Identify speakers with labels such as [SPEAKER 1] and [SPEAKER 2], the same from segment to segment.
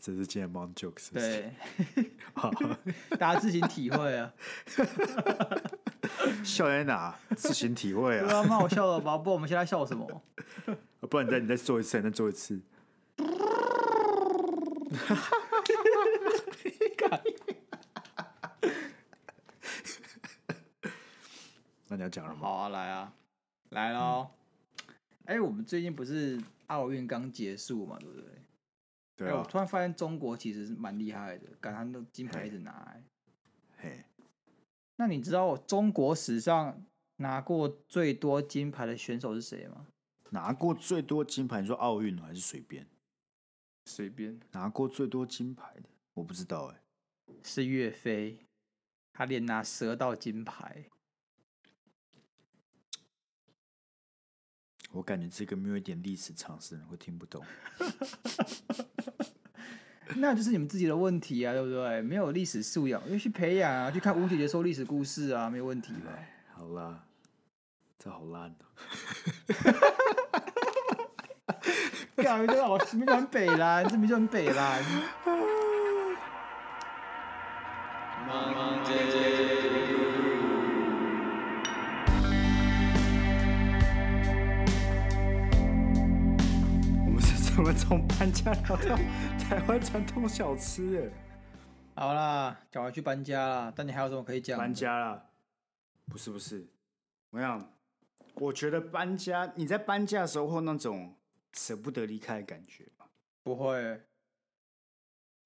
[SPEAKER 1] 这是今天 Mom Joke 是不是？
[SPEAKER 2] 对，
[SPEAKER 1] 好，
[SPEAKER 2] 大家自行体会 啊。
[SPEAKER 1] 笑在哪？自行体会
[SPEAKER 2] 对
[SPEAKER 1] 啊！
[SPEAKER 2] 啊，蛮好笑的吧？不然我们现在笑什么？
[SPEAKER 1] 不然你再你再做一次，你再做一次。 那你要讲了吗？
[SPEAKER 2] 好啊，来啊，来喽！哎、我们最近不是奥运刚结束嘛，对不对？
[SPEAKER 1] 对
[SPEAKER 2] 哎我
[SPEAKER 1] 啊，
[SPEAKER 2] 突然发现中国其实是蛮厉害的，感他们的金牌一直拿、哎
[SPEAKER 1] 嘿，
[SPEAKER 2] 那你知道中国史上拿过最多金牌的选手是谁吗？
[SPEAKER 1] 拿过最多金牌，你说奥运还是随便？
[SPEAKER 2] 随便，
[SPEAKER 1] 拿过最多金牌的，我不知道哎、
[SPEAKER 2] 是岳飞，他连拿蛇道金牌。
[SPEAKER 1] 我感觉这个没有一点历史常识的人会听不懂。
[SPEAKER 2] 那就是你们自己的问题啊，对不对？没有历史素养，就去培养啊，去看吴姐姐说历史故事啊，没有问题吧？
[SPEAKER 1] 好啦，这好烂哦、
[SPEAKER 2] 干，这老师明就很北啦，这明就很北啦。
[SPEAKER 1] 我们是怎么从搬家聊到台湾传统小吃的？
[SPEAKER 2] 好啦，赶快去搬家啦。但你还有什么可以讲？
[SPEAKER 1] 搬，家啦？不是不是，我想，我觉得搬家，你在搬家的时候会有那种舍不得离开的感觉嘛，
[SPEAKER 2] 不会。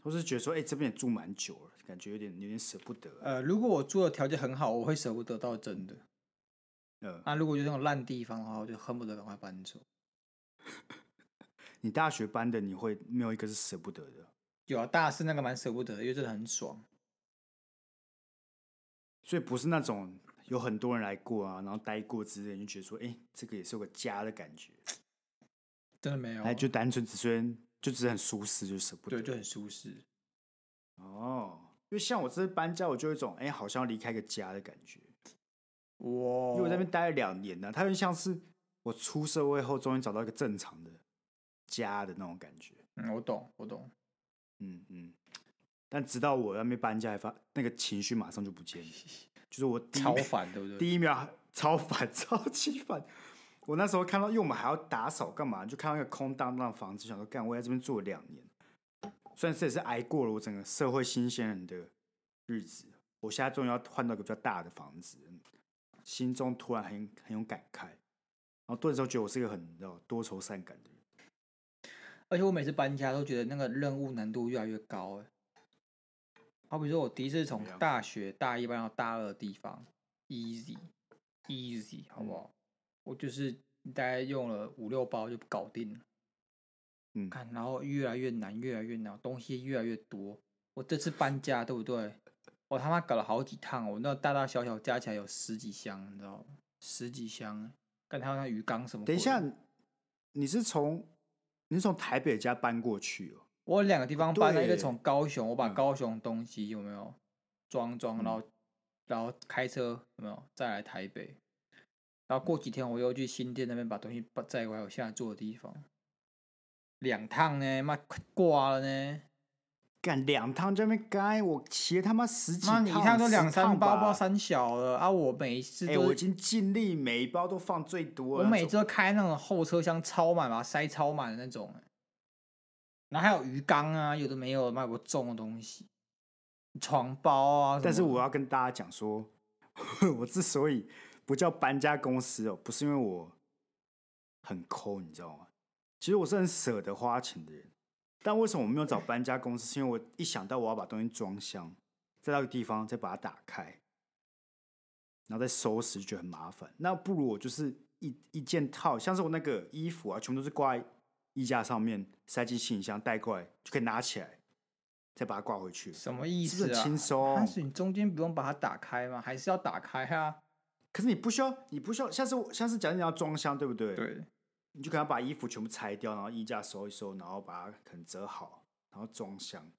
[SPEAKER 1] 或是觉得说，哎、这边也住蛮久了，感觉有点有点舍不得、啊。
[SPEAKER 2] 呃，如果我住的条件很好，我会舍不得到真的。啊
[SPEAKER 1] 呃，
[SPEAKER 2] 那、如果就那种烂地方的话，我就恨不得赶快搬走。
[SPEAKER 1] 你大学搬的，你会没有一个是舍不得的，
[SPEAKER 2] 有啊，大四那个蛮舍不得的，因为真的很爽。
[SPEAKER 1] 所以不是那种有很多人来过啊，然后待过之类，你就觉得说，哎、这个也是有个家的感觉，
[SPEAKER 2] 真的没有啊，
[SPEAKER 1] 哎，就单纯只是就只是很舒适，就舍不得。
[SPEAKER 2] 对，就很舒适。
[SPEAKER 1] 哦，因为像我这次搬家，我就有一种哎、好像要离开个家的感觉，
[SPEAKER 2] 哇，
[SPEAKER 1] 因为我在
[SPEAKER 2] 哦
[SPEAKER 1] 那边待了两年呢、它有点像是我出社会后终于找到一个正常的家的那种感觉。
[SPEAKER 2] 嗯，我懂，我懂。
[SPEAKER 1] 嗯嗯，但直到我在那边搬家，还发那个情绪马上就不见了，就是我第一
[SPEAKER 2] 超
[SPEAKER 1] 秒
[SPEAKER 2] 烦，对不对？
[SPEAKER 1] 第一秒超烦，超级烦。 我那时候看到，因为我们还要打扫干嘛，就看到一个空荡荡的房子，想说干，我在这边住了两年，虽然这也是挨过了我整个社会新鲜人的日子，我现在终于要换到一个比较大的房子，心中突然很很有感慨，然后顿时觉得我是一个很你知道多愁善感的人。
[SPEAKER 2] 而且我每次搬家都觉得那个任务难度越来越高、欸，好比说，我第一次从
[SPEAKER 1] 样
[SPEAKER 2] 大学大一搬到大二的地方，easy easy，好
[SPEAKER 1] 嗯
[SPEAKER 2] 不好？我就是大概用了五六包就搞定了。
[SPEAKER 1] 嗯
[SPEAKER 2] 看，然后越来越难，越来越难，东西越来越多。我这次搬家，对不对？我他妈搞了好几趟，哦我那大大小小加起来有十几箱，你知道吗？十几箱欸，干还有那鱼缸什么？
[SPEAKER 1] 等一下，，你是从你是从台北家搬过去哦？
[SPEAKER 2] 我有两个地方搬了，一个
[SPEAKER 1] 对
[SPEAKER 2] 从高雄，我把
[SPEAKER 1] 嗯
[SPEAKER 2] 高雄东西有没有装装，然后然后开车有没有再来台北，然后
[SPEAKER 1] 嗯
[SPEAKER 2] 过几天我又去新店那边把东西把载回来，我现在住的地方。两趟呢，妈快挂了呢！
[SPEAKER 1] 干两趟在那边该我骑了他妈十几
[SPEAKER 2] 妈，
[SPEAKER 1] 趟，
[SPEAKER 2] 你一趟都
[SPEAKER 1] 十
[SPEAKER 2] 两三
[SPEAKER 1] 趟
[SPEAKER 2] 包，包
[SPEAKER 1] 吧
[SPEAKER 2] 三小了啊！我每一次
[SPEAKER 1] 哎、
[SPEAKER 2] 都
[SPEAKER 1] 我已
[SPEAKER 2] 是、
[SPEAKER 1] 经尽力，每一包都放最多
[SPEAKER 2] 我
[SPEAKER 1] 了。
[SPEAKER 2] 每次都开那种后车厢超满，把它塞超满的那种、欸然后还有鱼缸啊，有的没有的，妈我重的东西，床包啊什么的。
[SPEAKER 1] 但是我要跟大家讲说， 我之所以不叫搬家公司哦，不是因为我很抠，你知道吗？其实我是很舍得花钱的人，但为什么我没有找搬家公司？是因为我一想到我要把东西装箱，再到一个地方再把它打开，然后再收拾，就觉得很麻烦。那不如我就是一一件套，像是我那个衣服啊，全部都是挂在衣架上面，塞进行李箱带过来就可以拿起来，再把它挂回去了。
[SPEAKER 2] 什么意
[SPEAKER 1] 是不
[SPEAKER 2] 思
[SPEAKER 1] 是
[SPEAKER 2] 啊？
[SPEAKER 1] 很轻松
[SPEAKER 2] 但是你中间不用把它打开吗？还是要打开啊？
[SPEAKER 1] 可是你不需要，你不需要，下次我下次讲你要装箱，对不对？，
[SPEAKER 2] 对，
[SPEAKER 1] 你就可能把衣服全部拆掉，然后衣架收一收，然后把它可能折好，然后装箱。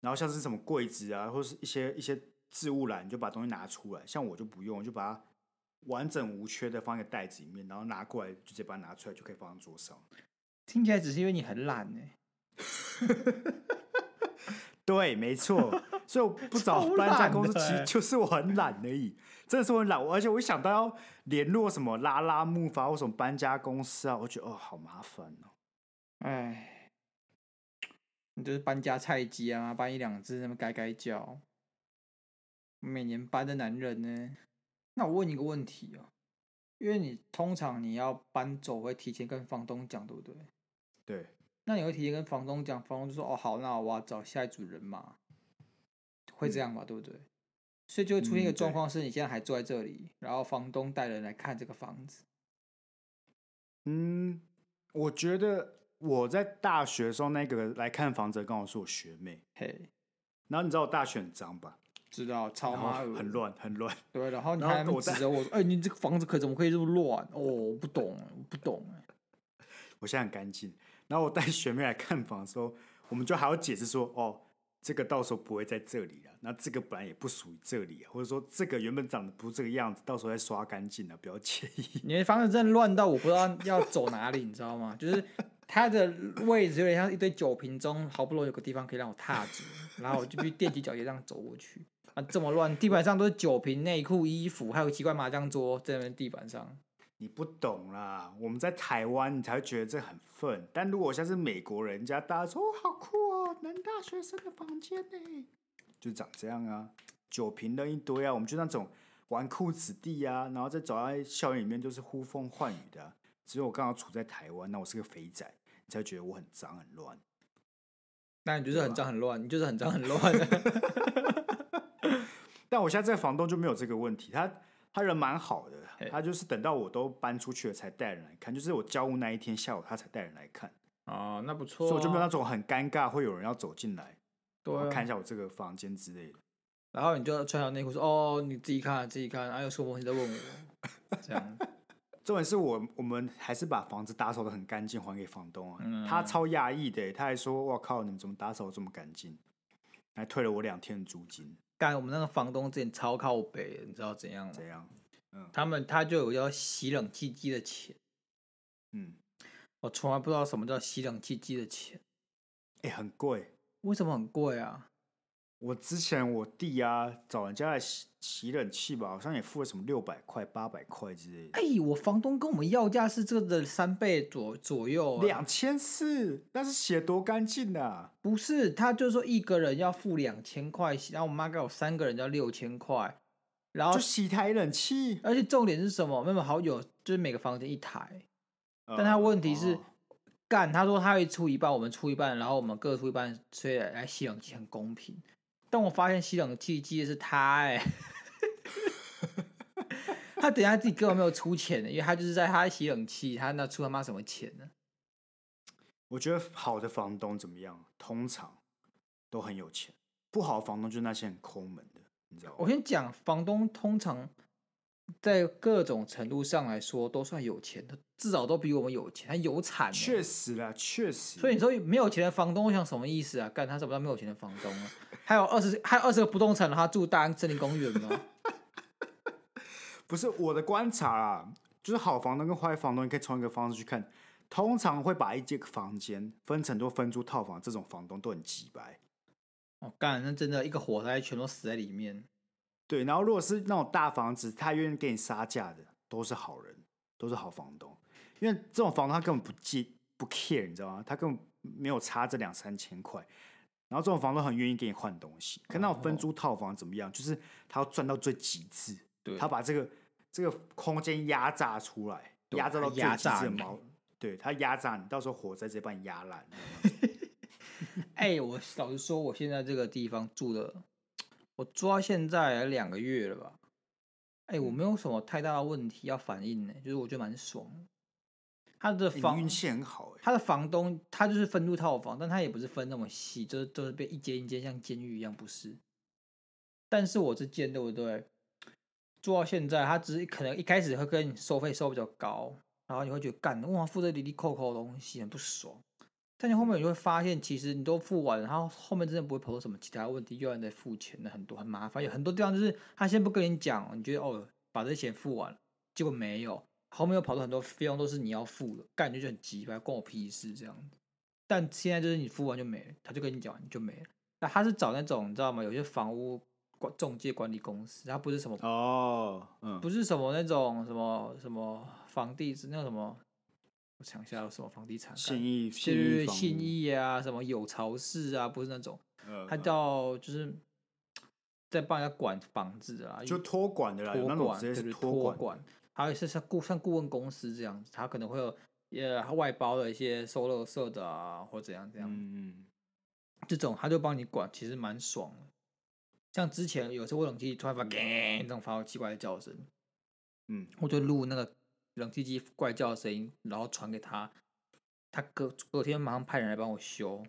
[SPEAKER 1] 然后像是什么柜子啊，或是一些一些置物篮，你就把东西拿出来。像我就不用，我就把它完整无缺的放一个袋子里面，然后拿过来就直接把它拿出来，就可以放在桌上。
[SPEAKER 2] 听起来只是因为你很懒呢、
[SPEAKER 1] 对，没错， 所以我不找
[SPEAKER 2] 超
[SPEAKER 1] 搬家公司，
[SPEAKER 2] 懒的
[SPEAKER 1] 其
[SPEAKER 2] 欸
[SPEAKER 1] 实就是我很懒而已，真的是我很懒。我而且我一想到要联络什么拉拉木筏或什么搬家公司啊，我觉得哦，好麻烦哦。
[SPEAKER 2] 哎，你就是搬家菜鸡啊，搬一两只，那么改改脚。每年搬的男人呢？那我问你一个问题哦，因为你通常你要搬走会提前跟房东讲，对不对？
[SPEAKER 1] 对，
[SPEAKER 2] 那你会提前跟房东讲，房东就说哦好，那我要找下一组人嘛，会这样吧，对不对？所以就会出现一个
[SPEAKER 1] 嗯
[SPEAKER 2] 状
[SPEAKER 1] 对
[SPEAKER 2] 况是，你现在还住在这里，然后房东带人来看这个房子，
[SPEAKER 1] 嗯，我觉得我在大学的时候，那个来看房子的刚好是我学妹，
[SPEAKER 2] 嘿，
[SPEAKER 1] 然后你知道我大学很脏吧？
[SPEAKER 2] 知道超
[SPEAKER 1] 然
[SPEAKER 2] 妈
[SPEAKER 1] 后
[SPEAKER 2] 恶，
[SPEAKER 1] 很乱，很乱。
[SPEAKER 2] 对，然后你
[SPEAKER 1] 然后
[SPEAKER 2] 还在那边
[SPEAKER 1] 我在
[SPEAKER 2] 指着我说：“哎、你这个房子可怎么可以这么乱？”哦，我不懂，我不懂。
[SPEAKER 1] 我现在很干净。然后我带学妹来看房的时候，我们就还要解释说，哦，这个到时候不会在这里了，那这个本来也不属于这里啊，或者说这个原本长得不是这个样子，到时候再刷干净啊了，不要介意。
[SPEAKER 2] 你的房子真的乱到我不知道要走哪里，你知道吗？ 就是它的位置有点像一堆酒瓶中，好不容易有个地方可以让我踏足，然后我就必须踮起脚尖这样走过去。 啊，这么乱，地板上都是酒瓶、内裤、衣服，还有奇怪麻将桌在那边地板上。
[SPEAKER 1] 你不懂啦，我们在台湾，你才会觉得这很愤。但如果我像是美国人家，大家说哦，好酷哦，男大学生的房间呢，就长这样啊，酒瓶扔一堆啊，我们就那种纨绔子弟啊，然后再走在校园里面就是呼风唤雨的啊、只有我刚好处在台湾，那我是个肥仔，你才会觉得我很脏很乱。
[SPEAKER 2] 那你就是很脏很乱，你就是很脏很乱。
[SPEAKER 1] 但我现在这个房东就没有这个问题，他他人蛮好的
[SPEAKER 2] 嘿，
[SPEAKER 1] 他就是等到我都搬出去了才带人来看，就是我交屋那一天下午他才带人来看。
[SPEAKER 2] 哦，那不
[SPEAKER 1] 所
[SPEAKER 2] 错、
[SPEAKER 1] 以我就没有那种很尴尬，会有人要走进来，
[SPEAKER 2] 对
[SPEAKER 1] 然
[SPEAKER 2] 啊
[SPEAKER 1] 后看一下我这个房间之类的。
[SPEAKER 2] 然后你就穿条内裤说：“哦，你自己看，自己看。”啊，有什么问题再问我，这样。
[SPEAKER 1] 重点是我我们还是把房子打扫的很干净，还给房东啊。
[SPEAKER 2] 嗯
[SPEAKER 1] 他超压抑的，欸他还说：“我靠，你们怎么打扫得这么干净？”还退了我两天的租金，
[SPEAKER 2] 干，我们那个房东之前超靠北的，你知道怎样吗？
[SPEAKER 1] 怎样？
[SPEAKER 2] 他们他就有要洗冷气机的钱，
[SPEAKER 1] 嗯，
[SPEAKER 2] 我从来不知道什么叫洗冷气机的钱，
[SPEAKER 1] 哎、很贵。
[SPEAKER 2] 为什么很贵啊？
[SPEAKER 1] 我之前我弟啊找人家来洗洗冷气吧，好像也付了什么六百块、八百块之类的，
[SPEAKER 2] 哎、我房东跟我们要价是这个的三倍左左右、啊，
[SPEAKER 1] 两千四，那是洗得多干净啊！
[SPEAKER 2] 不是，他就说一个人要付两千块，然后我妈给我三个人要六千块，然后
[SPEAKER 1] 就洗一台冷气，
[SPEAKER 2] 而且重点是什么？没有好友就是每个房间一台，但他
[SPEAKER 1] 呃
[SPEAKER 2] 问题是
[SPEAKER 1] 哦，
[SPEAKER 2] 干、他说他会出一半，我们出一半，然后我们各出一半，所以来吸冷气很公平。但我发现吸冷气机的是他、哎， 他等一下自己根本没有出钱的，因为他就是在他吸冷气，他那出他妈什么钱呢？
[SPEAKER 1] 我觉得好的房东怎么样，通常都很有钱；不好的房东就是那些很抠门的，你知道
[SPEAKER 2] 我
[SPEAKER 1] 吗？
[SPEAKER 2] 先讲，房东通常在各种程度上来说都算有钱的，至少都比我们有钱，他有产、欸，
[SPEAKER 1] 确实啦，确实。
[SPEAKER 2] 所以你说没有钱的房东，我想什么意思啊？干他怎么叫没有钱的房东啊？还有二十，还有二十个不动产，他住大安森林公园吗？
[SPEAKER 1] 不是我的观察啦，就是好房东跟坏房东，你可以从一个方式去看。通常会把一间房间分成多分租套房，这种房东都很鸡白。
[SPEAKER 2] 哦，干，那真的一个火灾全都死在里面。
[SPEAKER 1] 对，然后如果是那种大房子，他愿意给你杀价的，都是好人，都是好房东。因为这种房东他根本不介不 care，你知道吗？他根本没有差这两三千块。然后这种房东很愿意给你换东西，可那
[SPEAKER 2] 哦
[SPEAKER 1] 种分租套房怎么样？就是他要赚到最极致，
[SPEAKER 2] 对
[SPEAKER 1] 他把这个这个空间压榨出来，
[SPEAKER 2] 对
[SPEAKER 1] 压榨到
[SPEAKER 2] 他
[SPEAKER 1] 最
[SPEAKER 2] 压
[SPEAKER 1] 极
[SPEAKER 2] 榨
[SPEAKER 1] 致的
[SPEAKER 2] 你
[SPEAKER 1] 毛，对他压榨你，到时候火灾直接把你压烂。
[SPEAKER 2] 哎、我老实说，我现在这个地方住的，我住到现在两个月了吧？哎、
[SPEAKER 1] 嗯
[SPEAKER 2] 我没有什么太大的问题要反映呢、就是我觉得蛮爽的。他的
[SPEAKER 1] 哎
[SPEAKER 2] 房
[SPEAKER 1] 你运气很好哎、
[SPEAKER 2] 他的房东他就是分租套房，但他也不是分那么细，就是都是被一间一间像监狱一样，不是？但是我这间对不对？做到现在，他只是可能一开始会跟你收费收比较高，然后你会觉得干，哇，付这里里扣扣的东西很不爽。但你后面你会发现，其实你都付完了，然后后面真的不会跑出什么其他问题，又要你再付钱的很多，很麻烦。有很多地方就是他先不跟你讲，你觉得哦把这钱付完了，结果没有，后面又跑出很多费用都是你要付的，感觉就很急吧，关我屁事这样子。但现在就是你付完就没了，他就跟你讲完就没了，那他是找那种你知道吗？有些房屋管中介管理公司，他不是什么
[SPEAKER 1] 哦，嗯，
[SPEAKER 2] 不是什么那种什么什么房地那个什么，我想一下有什么房地产，
[SPEAKER 1] 信义
[SPEAKER 2] 就
[SPEAKER 1] 信
[SPEAKER 2] 是
[SPEAKER 1] 义房
[SPEAKER 2] 信
[SPEAKER 1] 屋，
[SPEAKER 2] 义啊，什么有巢市啊，不是那种，
[SPEAKER 1] 呃
[SPEAKER 2] 他叫就是在帮人家管房子啊，
[SPEAKER 1] 就托管的啦，有
[SPEAKER 2] 托
[SPEAKER 1] 那种
[SPEAKER 2] 管，
[SPEAKER 1] 直接
[SPEAKER 2] 对
[SPEAKER 1] 是
[SPEAKER 2] 对，
[SPEAKER 1] 托
[SPEAKER 2] 托
[SPEAKER 1] 的，
[SPEAKER 2] 管，还有是像顾像顾问公司这样子，他可能会有呃外包的一些收垃圾的啊，或怎样怎样，
[SPEAKER 1] 嗯
[SPEAKER 2] 这种他就帮你管，其实蛮爽的。像之前有时候我冷气机突然发那种发出奇怪的叫声，
[SPEAKER 1] 嗯
[SPEAKER 2] 我就录那个冷气机怪叫的声音，然后传给他，他隔隔天马上派人来帮我修，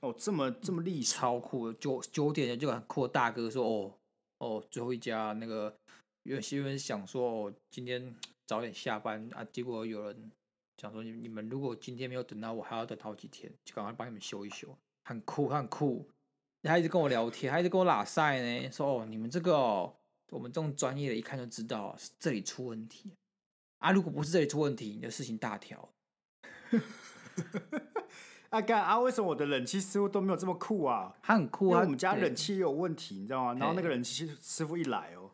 [SPEAKER 1] 哦，这么这么
[SPEAKER 2] 嗯
[SPEAKER 1] 厉害，
[SPEAKER 2] 超酷的！九九点就很酷的大哥说：“哦哦，最后一家那个原先原本想说哦，今天早点下班啊，结果有人想说你你们如果今天没有等到我，还要等好几天，就赶快帮你们修一修，很酷很酷。”他一直跟我聊天，他一直跟我拉塞呢，说：“哦，你们这个哦，我们这种专业的，一看就知道是这里出问题啊！如果不是这里出问题，你的事情大条。”
[SPEAKER 1] 啊干啊，为什么我的冷气师傅都没有这么酷啊？
[SPEAKER 2] 他很
[SPEAKER 1] 因
[SPEAKER 2] 酷
[SPEAKER 1] 为
[SPEAKER 2] 啊！
[SPEAKER 1] 我们家
[SPEAKER 2] 对
[SPEAKER 1] 冷气也有问题，你知道吗？然后那个
[SPEAKER 2] 哎
[SPEAKER 1] 冷气师傅一来哦，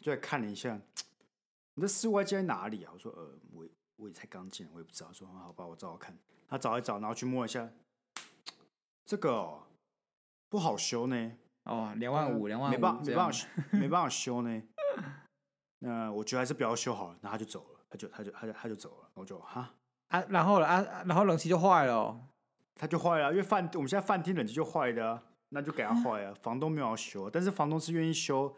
[SPEAKER 1] 就来看了一下，你的室外机在哪里啊？我说呃，我也我也才刚进来，我也不知道。说啊好吧，我找找看。他找一找，然后去摸一下，这个、哦、不好修呢，
[SPEAKER 2] 哦，两万五，两万五，
[SPEAKER 1] 呃没办没
[SPEAKER 2] 这
[SPEAKER 1] 办法
[SPEAKER 2] 样
[SPEAKER 1] 修，没办法修呢。那我觉得还是不要修好了，然后他就走了，他就他就他就他就走了，然后我就哈，
[SPEAKER 2] 啊，然后了啊，啊然后冷气就坏了哦、
[SPEAKER 1] 他就坏了啊，因为饭我们现在饭厅冷气就坏的、啊，那就给他坏啊。房东没有要修，但是房东是愿意修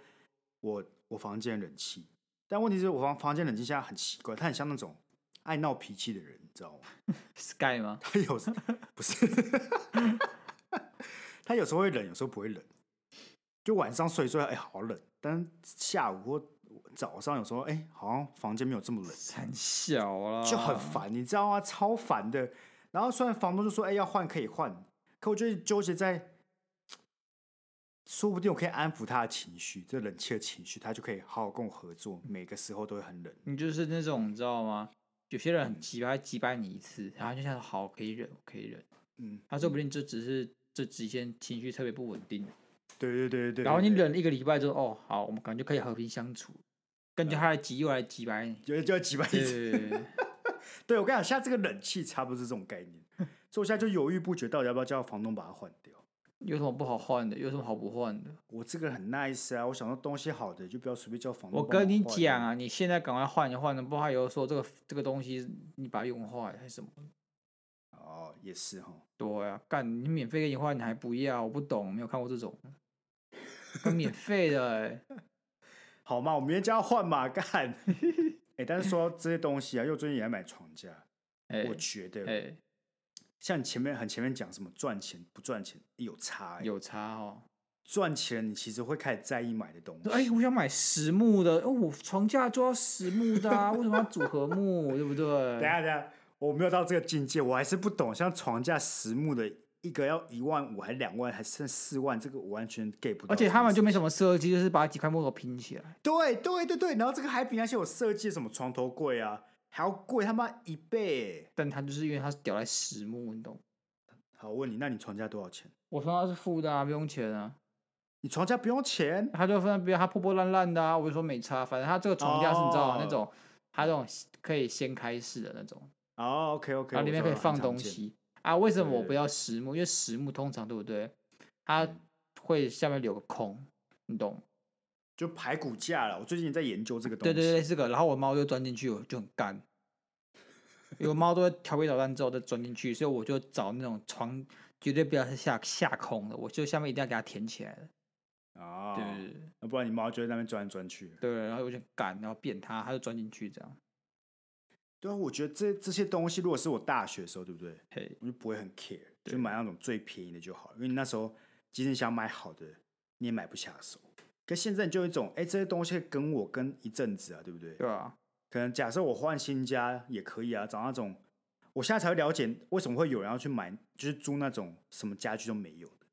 [SPEAKER 1] 我我房间的冷气，但问题是我房房间冷气现在很奇怪，他很像那种爱闹脾气的人，你知道吗？
[SPEAKER 2] Sky 吗？
[SPEAKER 1] 他有时不是， 他有时候会冷，有时候不会冷。就晚上睡一睡，哎、好冷；但是下午或早上有时候，哎、好像房间没有这么冷，
[SPEAKER 2] 很小啦，
[SPEAKER 1] 就很。烦，你知道吗？超烦的。然后虽然房东就说，哎、要换可以换，可我就是纠结在，说不定我可以安抚他的情绪，这冷气的情绪，他就可以好好跟我合作。每个时候都会很冷，
[SPEAKER 2] 你就是那种你知道吗？有些人很急掰，急掰你一次，然后就想好可以忍，可以忍。
[SPEAKER 1] 嗯，
[SPEAKER 2] 他说不定这只是这几天情绪特别不稳定，
[SPEAKER 1] 对对对对对。
[SPEAKER 2] 然后你
[SPEAKER 1] 对对
[SPEAKER 2] 忍了一个礼拜之后，哦，好，我们感觉可以和平相处。感觉他来急又来急掰你，
[SPEAKER 1] 就就要几百
[SPEAKER 2] 对对对对对
[SPEAKER 1] 对，我跟你讲，现在这个冷气差不多是这种概念，所以我现在就犹豫不决，到底要不要叫房东把它换掉。
[SPEAKER 2] 有什么不好换的？有什么好不换的？
[SPEAKER 1] 我这个人很 nice 啊，我想说东西好的就不要随便叫房东。
[SPEAKER 2] 我跟你讲，啊，你现在赶快换一换，不然他以后说这个这个东西你把它用坏还是什么？
[SPEAKER 1] 哦，也是哈，
[SPEAKER 2] 对啊，干你免费给你换，你还不要？我不懂，没有看过这种，还免费的、欸，
[SPEAKER 1] 好嘛，我明天就要换嘛，干。 哎、但是说到这些东西啊，又最近也在买床架，
[SPEAKER 2] 哎、
[SPEAKER 1] 我觉得、
[SPEAKER 2] 哎、
[SPEAKER 1] 像你前面很前面讲什么赚钱不赚钱有差、欸，
[SPEAKER 2] 有差哦。
[SPEAKER 1] 赚钱你其实会开始在意买的东西。
[SPEAKER 2] 哎、我想买实木的，哦，我床架就要实木的啊，为什么要组合木，对不
[SPEAKER 1] 等一
[SPEAKER 2] 对？
[SPEAKER 1] 下等一下，我没有到这个境界，我还是不懂。像床架实木的，一个要一万五，还两万，还剩四万，这个我完全 get 不到。
[SPEAKER 2] 而且他们就没什么设计，就是把几块木头拼起来。
[SPEAKER 1] 对对对对，然后这个还比那些有设计的什么床头柜啊还要贵他妈一倍。欸
[SPEAKER 2] 但它就是因为它是屌在实木，你懂？
[SPEAKER 1] 好，我问你，那你床架多少钱？
[SPEAKER 2] 我床架是负的啊，不用钱啊。
[SPEAKER 1] 你床架不用钱，
[SPEAKER 2] 他就分别他破破烂烂的啊，我就说没差，反正他这个床架是你知道吗那
[SPEAKER 1] 哦
[SPEAKER 2] 种，他这种可以掀开式的那种。
[SPEAKER 1] 哦，OK OK，
[SPEAKER 2] 然后里面可以放东。西啊。为什么
[SPEAKER 1] 对
[SPEAKER 2] 我
[SPEAKER 1] 对
[SPEAKER 2] 不要实木？因为实木通常对不对？它会下面留个空，你懂？
[SPEAKER 1] 就排骨架了，我最近在研究这个东
[SPEAKER 2] 对
[SPEAKER 1] 西。
[SPEAKER 2] 对对，这个。然后我猫就钻进去，我就很干。因为我猫都会调皮捣蛋之后再钻进去，所以我就找那种床，绝对不要是下下空的，我就下面一定要给它填起来的。
[SPEAKER 1] 哦，
[SPEAKER 2] 对对对
[SPEAKER 1] 要不然你猫就在那边钻来钻去。
[SPEAKER 2] 对，然后我就很干，然后变它，它就钻进去这样。
[SPEAKER 1] 对啊，我觉得这这些东西，如果是我大学的时候，对不对？
[SPEAKER 2] 嘿，
[SPEAKER 1] 我就不会很 care，
[SPEAKER 2] 对
[SPEAKER 1] 就买那种最便宜的就好了。因为你那时候即使你想买好的，你也买不下手。可现在你就有一种，哎，这些东西可以跟我跟一阵子啊，对不对？
[SPEAKER 2] 对啊，
[SPEAKER 1] 可能假设我换新家也可以啊，找那种我现在才会了解为什么会有人要去买，就是租那种什么家具都没有的。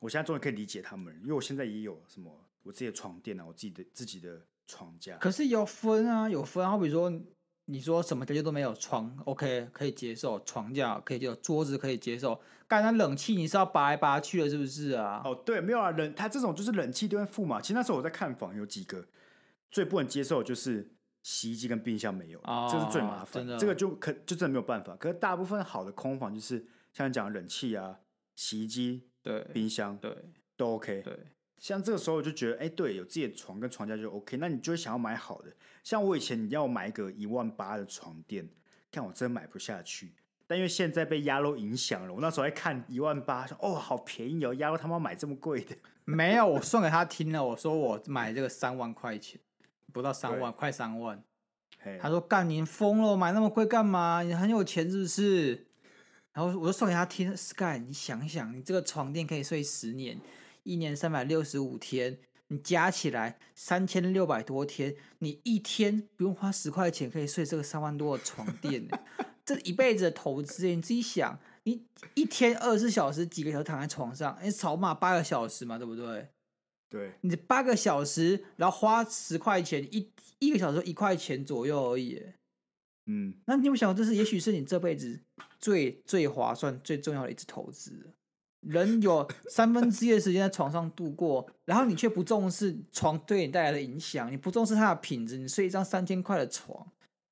[SPEAKER 1] 我现在终于可以理解他们了，因为我现在也有什么我自己的床垫啊，我自己的自己的床架。
[SPEAKER 2] 可是有分啊，有分啊。好比说，你说什么条件都没有，床 OK 可以接受，床架可以接受，桌子可以接受，干那冷气你是要拔来拔去的，是不是啊？
[SPEAKER 1] 哦，对，没有啊，冷，他这种就是冷气都会付嘛。其实那时候我在看房，有几个最不能接受的就是洗衣机跟冰箱没有，
[SPEAKER 2] 哦
[SPEAKER 1] 这是最麻烦
[SPEAKER 2] 真的，
[SPEAKER 1] 这个就可就真的没有办法。可是大部分好的空房就是像你讲的冷气啊、洗衣机、
[SPEAKER 2] 对
[SPEAKER 1] 冰箱
[SPEAKER 2] 对
[SPEAKER 1] 都 OK。
[SPEAKER 2] 对，
[SPEAKER 1] 像这个时候我就觉得，哎、对，有自己的床跟床架就 OK，那你就会想要买好的。像我以前你要买一个一万八的床垫，看我真买不下去。但因为现在被鸭肉影响了，我那时候还看一万八，说哦，好便宜哦，鸭肉他妈买这么贵的。
[SPEAKER 2] 没有，我算给他听了，我说我买这个三万块钱，不到三
[SPEAKER 1] 对
[SPEAKER 2] 万，快三万。
[SPEAKER 1] 嘿
[SPEAKER 2] 他说干您疯了，买那么贵干嘛？你很有钱是不是？然后我就算给他听，Sky，你想一想，你这个床垫可以睡十年，一年三百六十五天，你加起来三千六百多天，你一天不用花十块钱可以睡这个三万多的床垫呢， 这一辈子的投资欸耶，你自己想，你一天二十四小时几个小时躺在床上，哎，少码八个小时嘛，对不对？
[SPEAKER 1] 对，
[SPEAKER 2] 你八个小时，然后花十块钱，一一个小时一块钱左右而已欸耶。
[SPEAKER 1] 嗯，
[SPEAKER 2] 那你有没有想过，这是也许是你这辈子最最划算、最重要的一次投资。人有三分之一的时间在床上度过，然后你却不重视床对你带来的影响，你不重视它的品质，你睡一张三千块的床，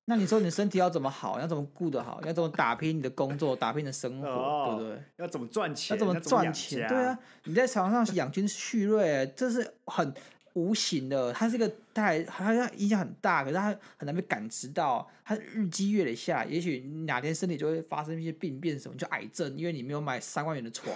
[SPEAKER 2] 那你说你身体要怎么好？要怎么顾得好？要怎么打拼你的工作，打拼你的生活，对
[SPEAKER 1] 哦
[SPEAKER 2] 不对？
[SPEAKER 1] 要怎么赚钱？
[SPEAKER 2] 要怎么赚
[SPEAKER 1] 养
[SPEAKER 2] 钱？
[SPEAKER 1] 家
[SPEAKER 2] 对啊，，你在床上养精蓄锐，这是很无形的，它是一个带，它它影响很大，可是它很难被感知到，它日积月累下来，也许哪天身体就会发生一些病变什么，就癌症，因为你没有买三万 元的床。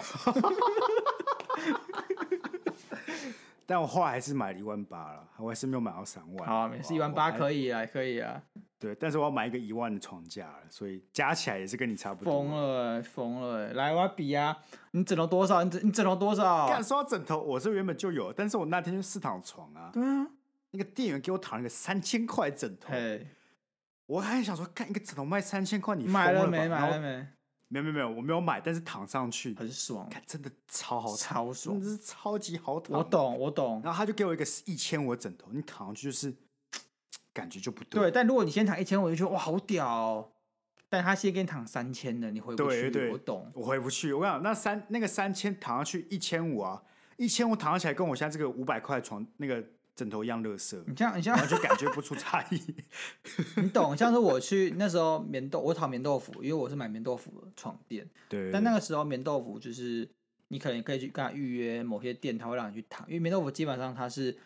[SPEAKER 1] 但我后来还是买了一万八了，我还是没有买到三万。
[SPEAKER 2] 好啊，没事，一万八
[SPEAKER 1] 以。
[SPEAKER 2] 可以啊，可以啊，
[SPEAKER 1] 对，但是我要买一个一万的床架了，所以加起来也是跟你差不多。
[SPEAKER 2] 疯！了欸疯了，来我要比啊，你枕头多少？你枕你枕头多少
[SPEAKER 1] 干，？说到枕头，我是原本就有，但是我那天去试躺床啊，
[SPEAKER 2] 对啊，
[SPEAKER 1] 那个店员给我躺了一个三千块枕头，
[SPEAKER 2] 嘿，
[SPEAKER 1] 我还想说，看一个枕头卖三千块，你
[SPEAKER 2] 买
[SPEAKER 1] 疯
[SPEAKER 2] 了
[SPEAKER 1] 吧
[SPEAKER 2] 没？
[SPEAKER 1] 然
[SPEAKER 2] 买
[SPEAKER 1] 后
[SPEAKER 2] 了没？
[SPEAKER 1] 没有没有没有，我没有买，但是躺上去，
[SPEAKER 2] 很爽，
[SPEAKER 1] 看真的超好躺，
[SPEAKER 2] 超
[SPEAKER 1] 真
[SPEAKER 2] 爽
[SPEAKER 1] 的。是超级好躺。
[SPEAKER 2] 我。懂，我懂。
[SPEAKER 1] 然后他就给我一个一千五的枕头，你躺上去就是感觉就不
[SPEAKER 2] 对，但如果你先躺一千，我就觉得哇好屌哦、但他先给你躺三千的，你回不
[SPEAKER 1] 对
[SPEAKER 2] 去，
[SPEAKER 1] 对
[SPEAKER 2] 我懂。
[SPEAKER 1] 我回不去。我跟你讲，那三那个三千躺上去一千五啊，一千五躺起来跟我现在这个五百块床那个枕头一样乐 色，
[SPEAKER 2] 你像你 像
[SPEAKER 1] 然后就感觉不出差异。
[SPEAKER 2] 你懂，像是我去那时候棉豆，我躺棉豆腐，因为我是买棉豆腐的床垫。
[SPEAKER 1] 对，
[SPEAKER 2] 但那个时候棉豆腐就是你可能可以去跟他预约某些店，他会让你去躺，因为棉豆腐基本上它是